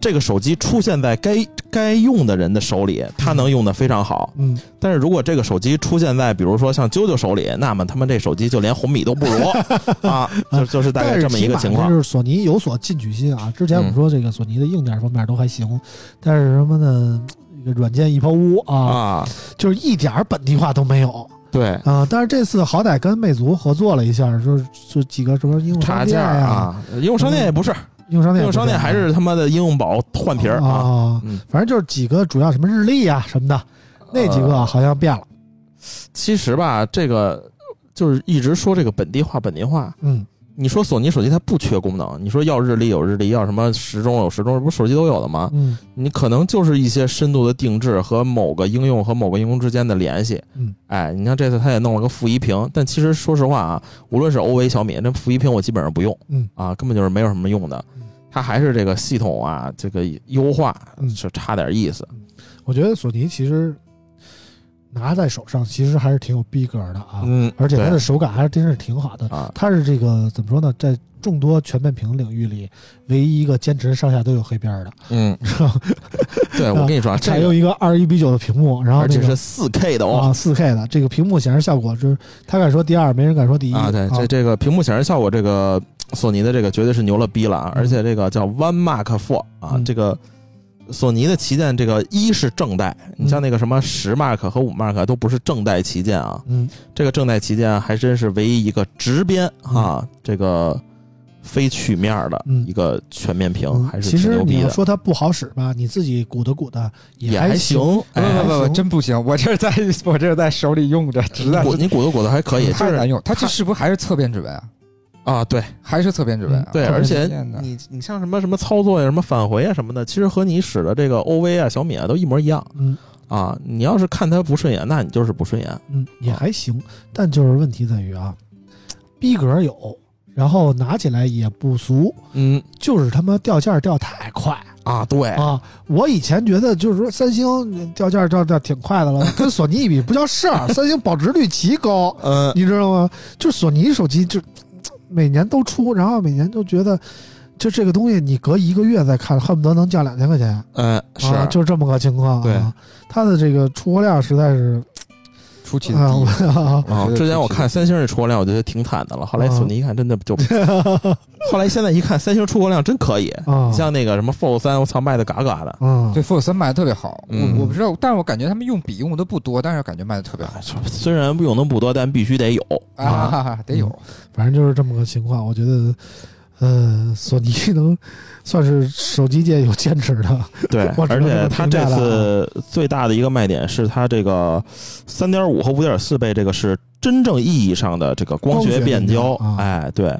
这个手机出现在该该用的人的手里，它能用的非常好。嗯，但是如果这个手机出现在比如说像啾啾手里，那么他们这手机就连红米都不如 <laughs> 啊，就就是大但概是这么一个情况嗯起码。就是索尼有所进取心啊。之前我们说这个索尼的硬件方面都还行，但是什么呢？这个软件一泡污啊，啊，就是一点儿本地化都没有对，啊。但是这次好歹跟魅族合作了一下，就是就几个什么应用差商价店呀、啊，应用商店也不是，应用商应店、用商店还是他妈的应用宝换皮儿啊。啊嗯反正就是几个主要什么日历啊什么的，那几个啊呃好像变了。其实吧，这个就是一直说这个本地化，本地化。嗯你说索尼手机它不缺功能，你说要日历有日历，要什么时钟有时钟，这不手机都有的吗？嗯你可能就是一些深度的定制和某个应用和某个应用之间的联系。嗯，哎，你像这次它也弄了个负一屏，但其实说实话啊，无论是欧维、小米，那负一屏我基本上不用，嗯啊，根本就是没有什么用的嗯。它还是这个系统啊，这个优化嗯是差点意思。我觉得索尼其实拿在手上其实还是挺有逼格的啊，嗯，而且它对的手感还是真是挺好的。啊，它是这个怎么说呢，在众多全面屏领域里，唯一一个坚持上下都有黑边儿的，嗯， <laughs> 对我跟你说啊，这采个用一个二十一比九的屏幕，然后而这且个是四 K 的哦啊。四 K 的这个屏幕显示效果，就是他敢说第二，没人敢说第一啊，对，这这个屏幕显示效果，这个索尼的这个绝对是牛了逼了啊！嗯而且这个叫 One Mark Four 啊，嗯这个索尼的旗舰，这个一是正代，你嗯像那个什么十 Mark 和五 Mark 都不是正代旗舰啊，嗯这个正代旗舰还真是唯一一个直边啊，这个非曲面的嗯一个全面屏，嗯还是其挺实牛你逼要的，说它不好使吧，你自己鼓捣鼓捣也还还行。。不哎不不还不，行真不行！我这是在 <laughs> 我这是在手里用着，实在你是鼓嗯你鼓捣鼓捣还可以，就太是难用。它这是不是还是侧边指纹啊？啊，对还是侧边指纹啊？嗯对，特别而且明显的你你像什么什么操作呀、什么返回啊什么的，其实和你使的这个 OV 啊、小米啊都一模一样。嗯啊，你要是看它不顺眼，那你就是不顺眼。嗯，也还行，但就是问题在于啊，逼格有，然后拿起来也不俗，嗯就是他妈掉价儿掉太快。啊，对，啊，我以前觉得就是说三星嗯掉价儿掉掉挺快的了，跟索尼一比不叫事儿， <laughs> 三星保值率极高，呃嗯 <laughs> 你知道吗？就是索尼手机就每年都出，然后每年就觉得就这个东西你隔一个月再看，恨不得能降两千块钱，嗯，是啊，就这么个情况、啊。对，它的这个出货量实在是出奇的啊，我低。啊我啊觉得之前挺我看三星这出货量，我觉得挺惨的了。后来索尼一看，真的就，后来现在一看，三星出货量真可以。啊你， <laughs> 像那个什么 Fold 三，我操，卖的嘎嘎的。嗯，对 Fold 三卖的特别好，嗯我我不知道，但是我感觉他们用笔用的都不多，但是感觉卖的特别好哎虽然不用能不多，但必须得有。啊，得有。嗯反正就是这么个情况。我觉得，呃，索尼能算是手机界有坚持的。对我，知道而且它这这个次最大的一个卖点是它这个三点五和五点四倍，这个是真正意义上的这个光光学学变变焦焦啊。哎，对，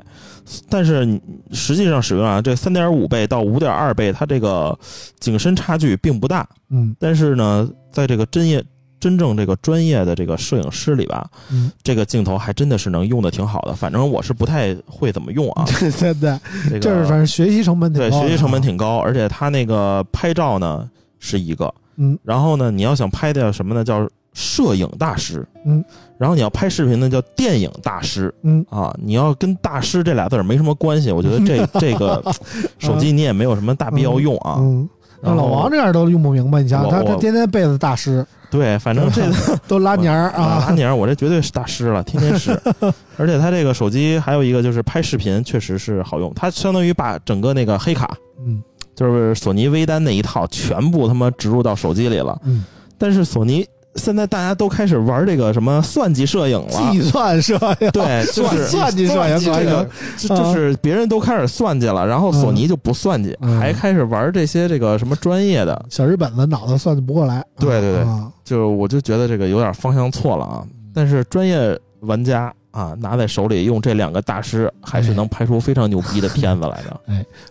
但是你实际上使用啊，这三点五倍到五点二倍，它这个景深差距并不大。嗯但是呢，在这个真业真正这个专业的这个摄影师里吧，嗯，这个镜头还真的是能用的挺好的。反正我是不太会怎么用 <laughs> 啊，对对对，这个这是反正学习成本挺对高的啊，学习成本挺高，而且它那个拍照呢是一个，嗯，然后呢你要想拍的什么呢，叫摄影大师，嗯，然后你要拍视频呢叫电影大师。嗯啊，你要跟大师这俩字儿没什么关系，我觉得这这个手机你也没有什么大必要用啊。嗯。然像后老王这样都用不明白，你想我他我他天天背的大师对，反正 <laughs> 这都拉年儿啊，啊安，妮儿，我这绝对是大师了，天天 <laughs> 是。而且它这个手机还有一个就是拍视频，确实是好用。它相当于把整个那个黑卡，嗯就是索尼微单那一套，全部他妈植入到手机里了。嗯，但是索尼现在大家都开始玩这个什么算计摄影了计，算摄影，对，就计是 <laughs> 算计摄影啊可这以个就就是别人都开始算计了，然后索尼就不算计，嗯还开始玩这些这个什么专业的。小日本子脑子算的不过来，对对对啊就是我就觉得这个有点方向错了啊。嗯但是专业玩家啊，拿在手里用这两个大师，还哎是能拍出非常牛逼的片子 <laughs> 来的。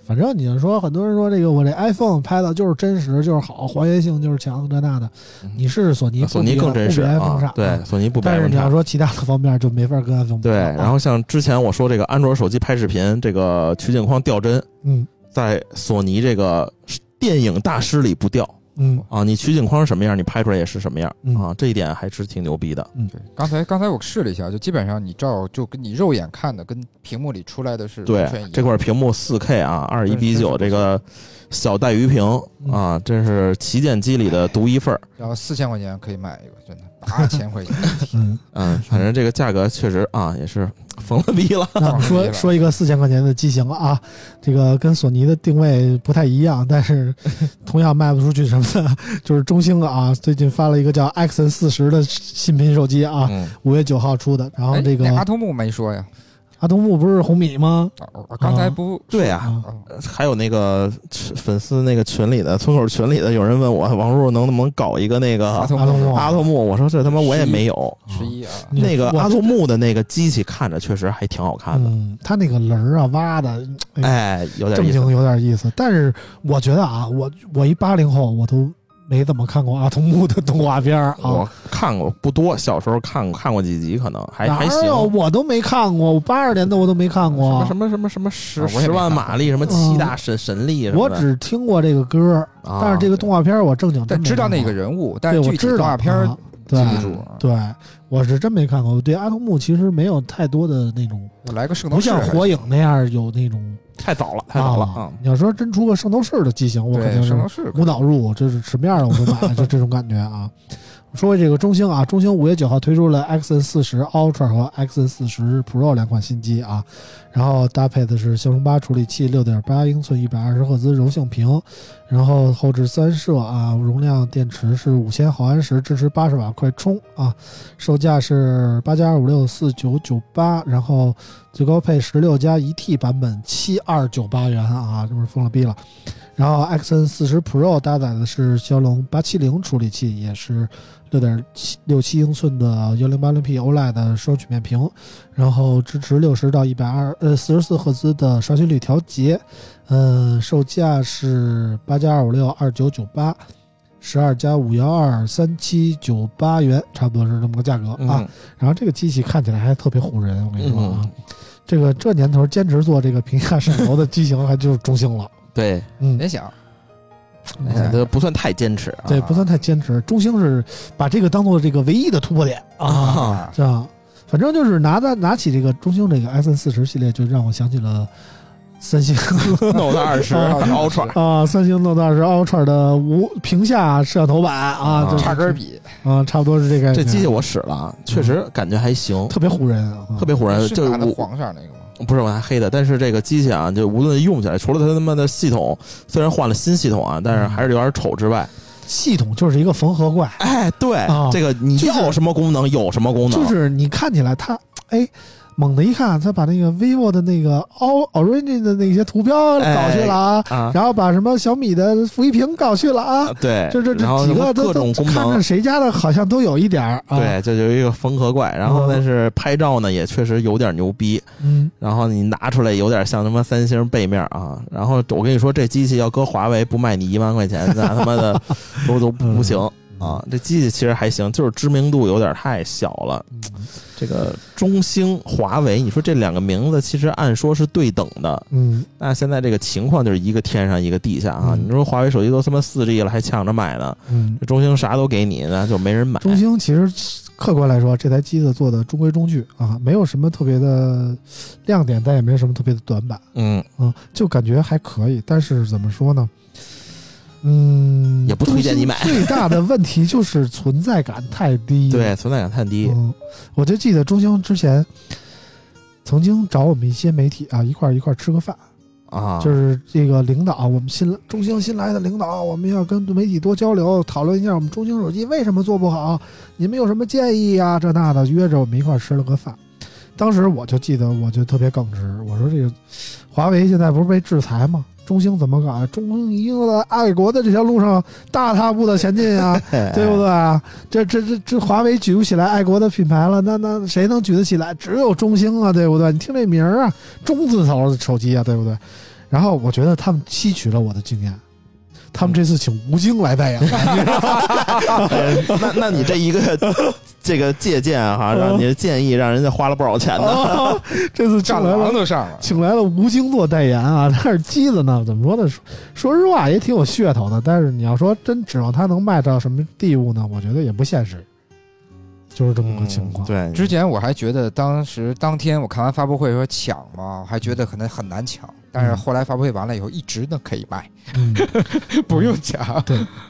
反正你就说，很多人说这个我这 iPhone 拍的就是真实，就是好，还原性就是强，这那的。你是索尼，嗯啊索尼不比更真实不比 iPhone 啊差，，对，啊。索尼不比但是 iPhone 你要差。说其他的方面就没法跟 iPhone 比对，了啊然后像之前我说这个安卓手机拍视频，这个取景框掉帧，嗯在索尼这个电影大师里不掉嗯啊，你取景框是什么样，你拍出来也是什么样嗯啊，这一点还是挺牛逼的。对，刚才刚才我试了一下，就基本上你照就跟你肉眼看的跟屏幕里出来的是对完全一样，这块屏幕四 K 啊，二一比九对这个小带鱼屏嗯啊，这是旗舰机里的独 <laughs> 一份儿。然后四千块钱可以买一个，真的八千 <laughs> 块钱，嗯。嗯，反正这个价格确实啊，也是疯了逼 <laughs> 啊了。那我放们说屁吧说一个四千块钱的机型啊，这个跟索尼的定位不太一样，但 <laughs> 是同样卖不出去什么的，就是中兴啊，最近发了一个叫 Action 四十的新品手机啊，嗯，五月九号出的。然后哎这个那阿童木没说呀，阿童木不是红米吗？哦我刚才不对呀，啊，哦还有那个群粉丝那个群里的村口群里的有人问我，王叔能不能搞一个那个阿阿童阿童木嗯木啊童木？我说这他妈我也没有。十一啊，你那个我阿童木的那个机器看着确实还挺好看的，嗯，它那个棱儿啊挖的，哎哎，有点正意经思。有点意思。但是我觉得啊，我我一八零后，我都没怎么看过阿童木的动画片儿啊。我看过不多，小时候看过看过几集，可能还还哪行。有我都没看过，我八二年的我都没看过。什么什么什么什啊么我十也十没万看马力，什么七大神神力什么我的，只听过这个歌儿，啊但是这个动画片儿我正经真但没知道看那过个人物，但是对具我体知道动画片儿啊记对不住啊。对，我是真没看过。我对阿童木其实没有太多的那种，我来个圣斗不士像还是，火影那样有那种太早了，太早了啊啊！你要说真出个圣斗士的机型，我肯定对是圣斗士无脑入，这是什么样的我都买，就这种感觉啊。 <laughs> 说回这个中兴啊，中兴五月九号推出了 Xn 四十 Ultra 和 Xn 四十 Pro 两款新机啊，然后搭配的是骁龙八处理器，六点八英寸一百二十赫兹柔性屏，然后后置三摄啊，容量电池是五千毫安时，支持八十瓦快充啊，售价是八加二五六四九九八，然后最高配十六加一 T 版本七二九八元啊，这不是疯了逼了。然后 Xn 四十 Pro 搭载的是骁龙八七零处理器，也是六点七六七英寸的幺零八零 P OLED 的双曲面屏，然后支持六十到一百二呃四十四赫兹的刷新率调节，嗯，售价是八加二五六二九九八，十二加五幺二三七九八元，差不多是这么个价格啊。嗯然后这个机器看起来还特别唬人，我跟你说啊，嗯，这个这年头坚持做这个屏下摄头的机型还就是中兴了，对，嗯别，想，哎这不算太坚持啊。对，不算太坚持。中兴是把这个当做这个唯一的突破点啊，啊这样，反正就是拿的拿起这个中兴这个 S N 四十系列，就让我想起了三星，Note 二十啊 Ultra，啊，三星 Note 二十 Ultra 的无屏下摄像头版啊，啊就是差根儿比，啊，差不多是这个这机器我使了啊，确实感觉还行，特别唬人啊，特别唬人。是就是拿的我黄色那个吗？不是我还黑的，但是这个机器啊，就无论用起来，除了它他妈的系统虽然换了新系统啊，但是还是有点丑之外，系统就是一个缝合怪，哎，对啊，这个你就是要什么功能有什么功能，就是你看起来它哎。猛的一看，他把那个 vivo 的那个 O Origin 的那些图标搞去了啊，啊，然后把什么小米的副一屏搞去了啊，对，这这然后这几个都各都种功看能着，谁家的好像都有一点儿啊。，对，这就是一个缝合怪。然后嗯但是拍照呢，也确实有点牛逼。嗯然后你拿出来有点像他妈三星背面啊。然后我跟你说，这机器要搁华为不卖你一万块钱，那他 <laughs> 妈的都都不行嗯啊。这机器其实还行，就是知名度有点太小了。这个中兴、华为，你说这两个名字其实按说是对等的，嗯，那现在这个情况就是一个天上一个地下啊。嗯你说华为手机都他妈四 G 了，还抢着买呢，嗯，这中兴啥都给你，那就没人买。中兴其实客观来说，这台机子做的中规中矩啊，没有什么特别的亮点，但也没有什么特别的短板嗯，啊，就感觉还可以。但是怎么说呢？嗯，也不推荐你买中兴最大的问题就是存在感太 <laughs> 低。对，存在感太低。嗯，我就记得中兴之前曾经找我们一些媒体啊，一块儿一块儿吃个饭，嗯啊，就是这个领导，我们新中兴新来的领导，我们要跟媒体多交流，讨论一下我们中兴手机为什么做不好，你们有什么建议啊？这那的，约着我们一块儿吃了个饭。当时我就记得，我就特别耿直，我说这个华为现在不是被制裁吗？中兴怎么搞啊？中兴一定在爱国的这条路上大踏步的前进啊！ <laughs> 哎对不对啊？这这这这华为举不起来爱国的品牌了，那那谁能举得起来？只有中兴啊，对不对？你听这名儿啊，中字头的手机啊，对不对？然后我觉得他们吸取了我的经验，他们这次请吴京来代言， <laughs> 那那你这一个这个借鉴啊哈、让你的建议让人家花了不少钱呢。啊这次请战来狼了。都上了，请来了吴京做代言啊，但是机子呢，怎么说呢？说说实话也挺有噱头的，但是你要说真指望它能卖到什么地步呢？我觉得也不现实，就是嗯这么个情况。对，之前我还觉得当时当天我看完发布会说抢嘛，我还觉得可能很难抢，但是后来发布会完了以后，一直呢可以卖，嗯 <laughs> 不用抢。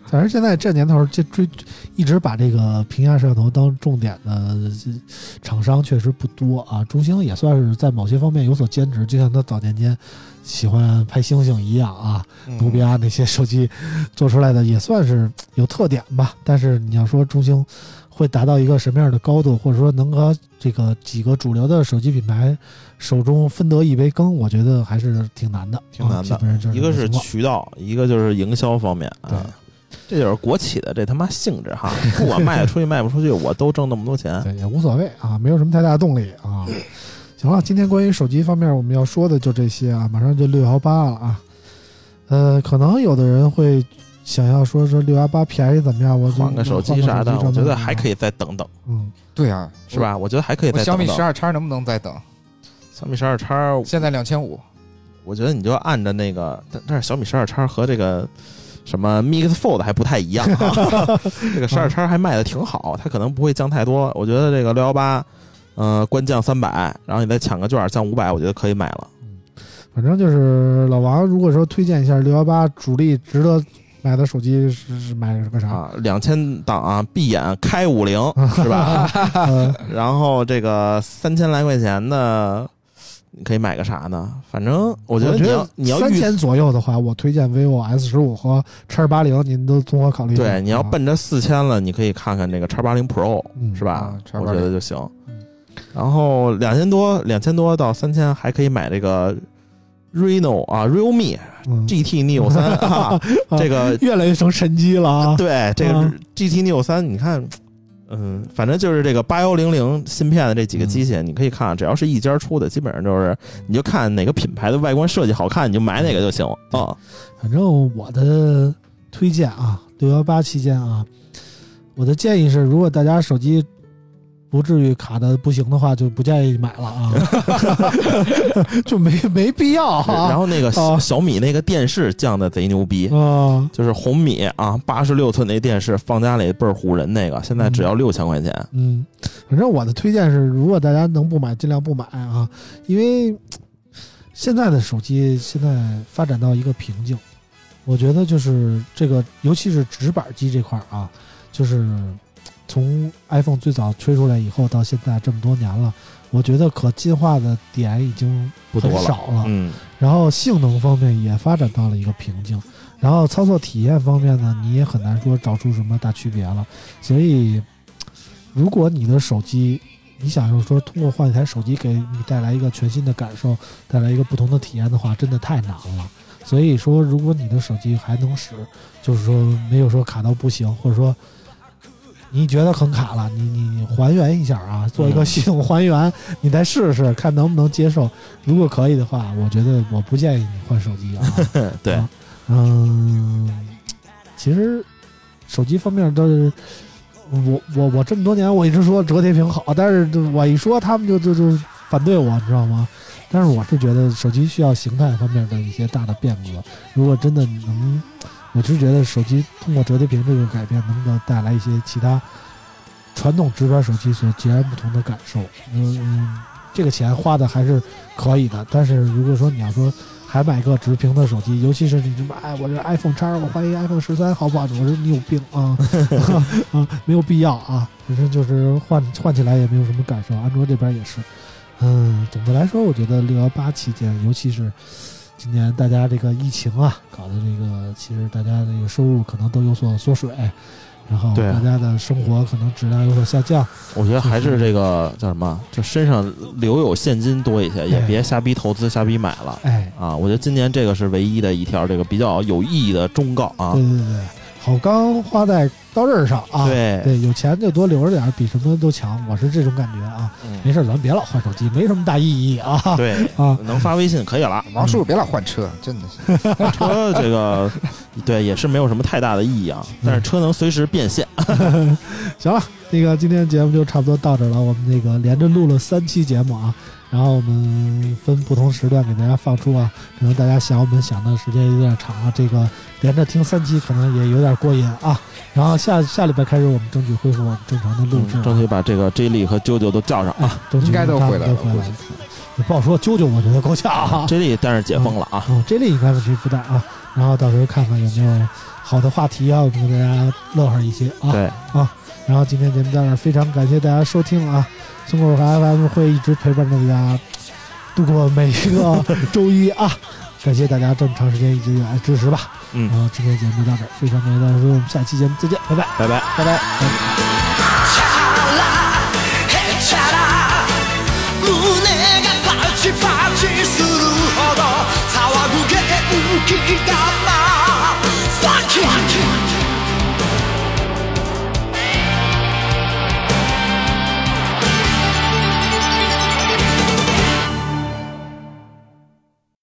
反正现在这年头儿，这追一直把这个屏下摄像头当重点的呃厂商确实不多啊。中兴也算是在某些方面有所坚持，就像他早年间喜欢拍星星一样啊，嗯努比亚那些手机做出来的也算是有特点吧。但是你要说中兴会达到一个什么样的高度，或者说能和这个几个主流的手机品牌手中分得一杯羹，我觉得还是挺难的，挺难的啊基本上就是一个这种是情况渠道，一个就是营销方面。对哎这就是国企的这他妈性质 <laughs> 哈，不管卖得出去卖不出去，我都挣那么多钱。对，也无所谓啊，没有什么太大的动力啊。行了，今天关于手机方面我们要说的就这些啊，马上就六幺八了啊。呃，可能有的人会想要说说六幺八便宜怎么样，我就换个手机啥的，我觉得还可以。以再等等，啊嗯，对啊，是？吧？我觉得还可以我再小等米等。十二叉能不能再等？小米十二叉，现在两千五，我觉得你就按着那个，但但是小米十二叉和这个什么 Mix Fold 还不太一样、 <laughs> 啊，这个十二叉还卖的挺好，它可能不会降太多。我觉得这个六幺八，嗯，官降三百，然后你再抢个券降五百，我觉得可以买了。反正就是老王，如果说推荐一下六幺八主力值得买的手机是是买个啥？啊，两千档啊，闭眼开 <laughs> 五零是吧？呃，然后这个三千来块钱的，你可以买个啥呢？反正我觉得我你觉要得你要三预千左右的话，我推荐 vivo S 十五和叉八零，您都综合考虑一下。对你要啊奔着四千了，你可以看看这个叉八零 Pro 嗯是吧啊？我叉八觉零得就行嗯。然后两千多，两千多到三千还可以买这个 Reno 啊，Realme 嗯 GT <laughs> Neo 三啊，这个越来越成神机了啊！ <laughs> 对这个啊 GT Neo 三，你看，嗯，反正就是这个八幺零零芯片的这几个嗯机器，你可以看，只要是一家出的，基本上就是你就看哪个品牌的外观设计好看，你就买哪个就行啊。反正我的推荐啊，六幺八期间啊，我的建议是，如果大家手机不至于卡的不行的话，就不建议买了 <laughs> 啊， <laughs> 就没没必要然啊。后那个啊小米那个电视降的贼牛逼，啊，就是红米啊，八十六寸那电视放家里倍儿唬人，那个现在只要六千块钱。嗯，反正我的推荐是，如果大家能不买，尽量不买啊，因为现在的手机现在发展到一个瓶颈，我觉得就是这个，尤其是直板机这块儿啊，就是从 iPhone 最早推出来以后到现在这么多年了，我觉得可进化的点已经不多很了少了，嗯，然后性能方面也发展到了一个瓶颈，然后操作体验方面呢，你也很难说找出什么大区别了。所以，如果你的手机你想要说通过换一台手机给你带来一个全新的感受，带来一个不同的体验的话，真的太难了。所以说，如果你的手机还能使，就是说没有说卡到不行，或者说你觉得很卡了，你你你还原一下啊，做一个嗯系统还原，你再试试看能不能接受。如果可以的话，我觉得我不建议你换手机啊。对，啊嗯，其实手机方面都是我我我这么多年我一直说折叠屏好，但是就我一说他们就就就反对我，你知道吗？但是我是觉得手机需要形态方面的一些大的变革，如果真的能，我是觉得手机通过折叠屏这个改变，能够带来一些其他传统直板手机所截然不同的感受。嗯，嗯这个钱花的还是可以的，但是如果说你要说还买个直屏的手机，尤其是你什么，哎，我这 iPhone 叉，我换一 iPhone 十三好不好？我说你有病啊 <laughs> 啊，没有必要啊，本身就是换换起来也没有什么感受。安卓这边也是，嗯，总的来说，我觉得六幺八期间，尤其是今年大家这个疫情啊，搞得这个其实大家这个收入可能都有所缩水，然后对啊大家的生活可能质量有所下降。我觉得还是这 <laughs> 个叫什么，就身上留有现金多一些，也哎别瞎逼投资、瞎逼买了哎，啊！我觉得今年这个是唯一的一条这个比较有意义的忠告啊对。对对，好钢花在刀刃上啊。对，对，有钱就多留着点儿，比什么都强。我是这种感觉啊。没嗯事儿，咱别老换手机，没什么大意义啊。对，啊，能发微信可以了。王叔叔别老换车，真的是。车这个，对，也是没有什么太大的意义啊。嗯但是车能随时变现， <laughs> 行了，那个今天节目就差不多到这儿了。我们那个连着录了三期节目啊，然后我们分不同时段给大家放出啊。可能大家想我们想的时间有点长啊，这个连着听三期可能也有点过瘾啊。然后下下礼拜开始，我们争取恢复我们正常的录制啊、嗯争取把这个 J 莉和啾啾都叫上。啊，争取应该都让他回来们都了，回估来计了。也不好说，啾啾我觉得够呛啊。 J 莉但是解封了啊，哦，这类应该问题不大啊。然后到时候看看有没有好的话题啊，我们给大家乐呵一些啊。对，然后今天节目到这儿，非常感谢大家收听啊！松果儿和 FM 会一直陪伴着大家度过每一个周一啊！ <laughs> 感谢大家这么长时间一直以来支持吧。嗯然后今天节目就到这儿，非常感谢大家收听，我们下期节目再见，拜拜。拜拜。拜拜。 「胸がパチパチするほど騒ぐ元気だ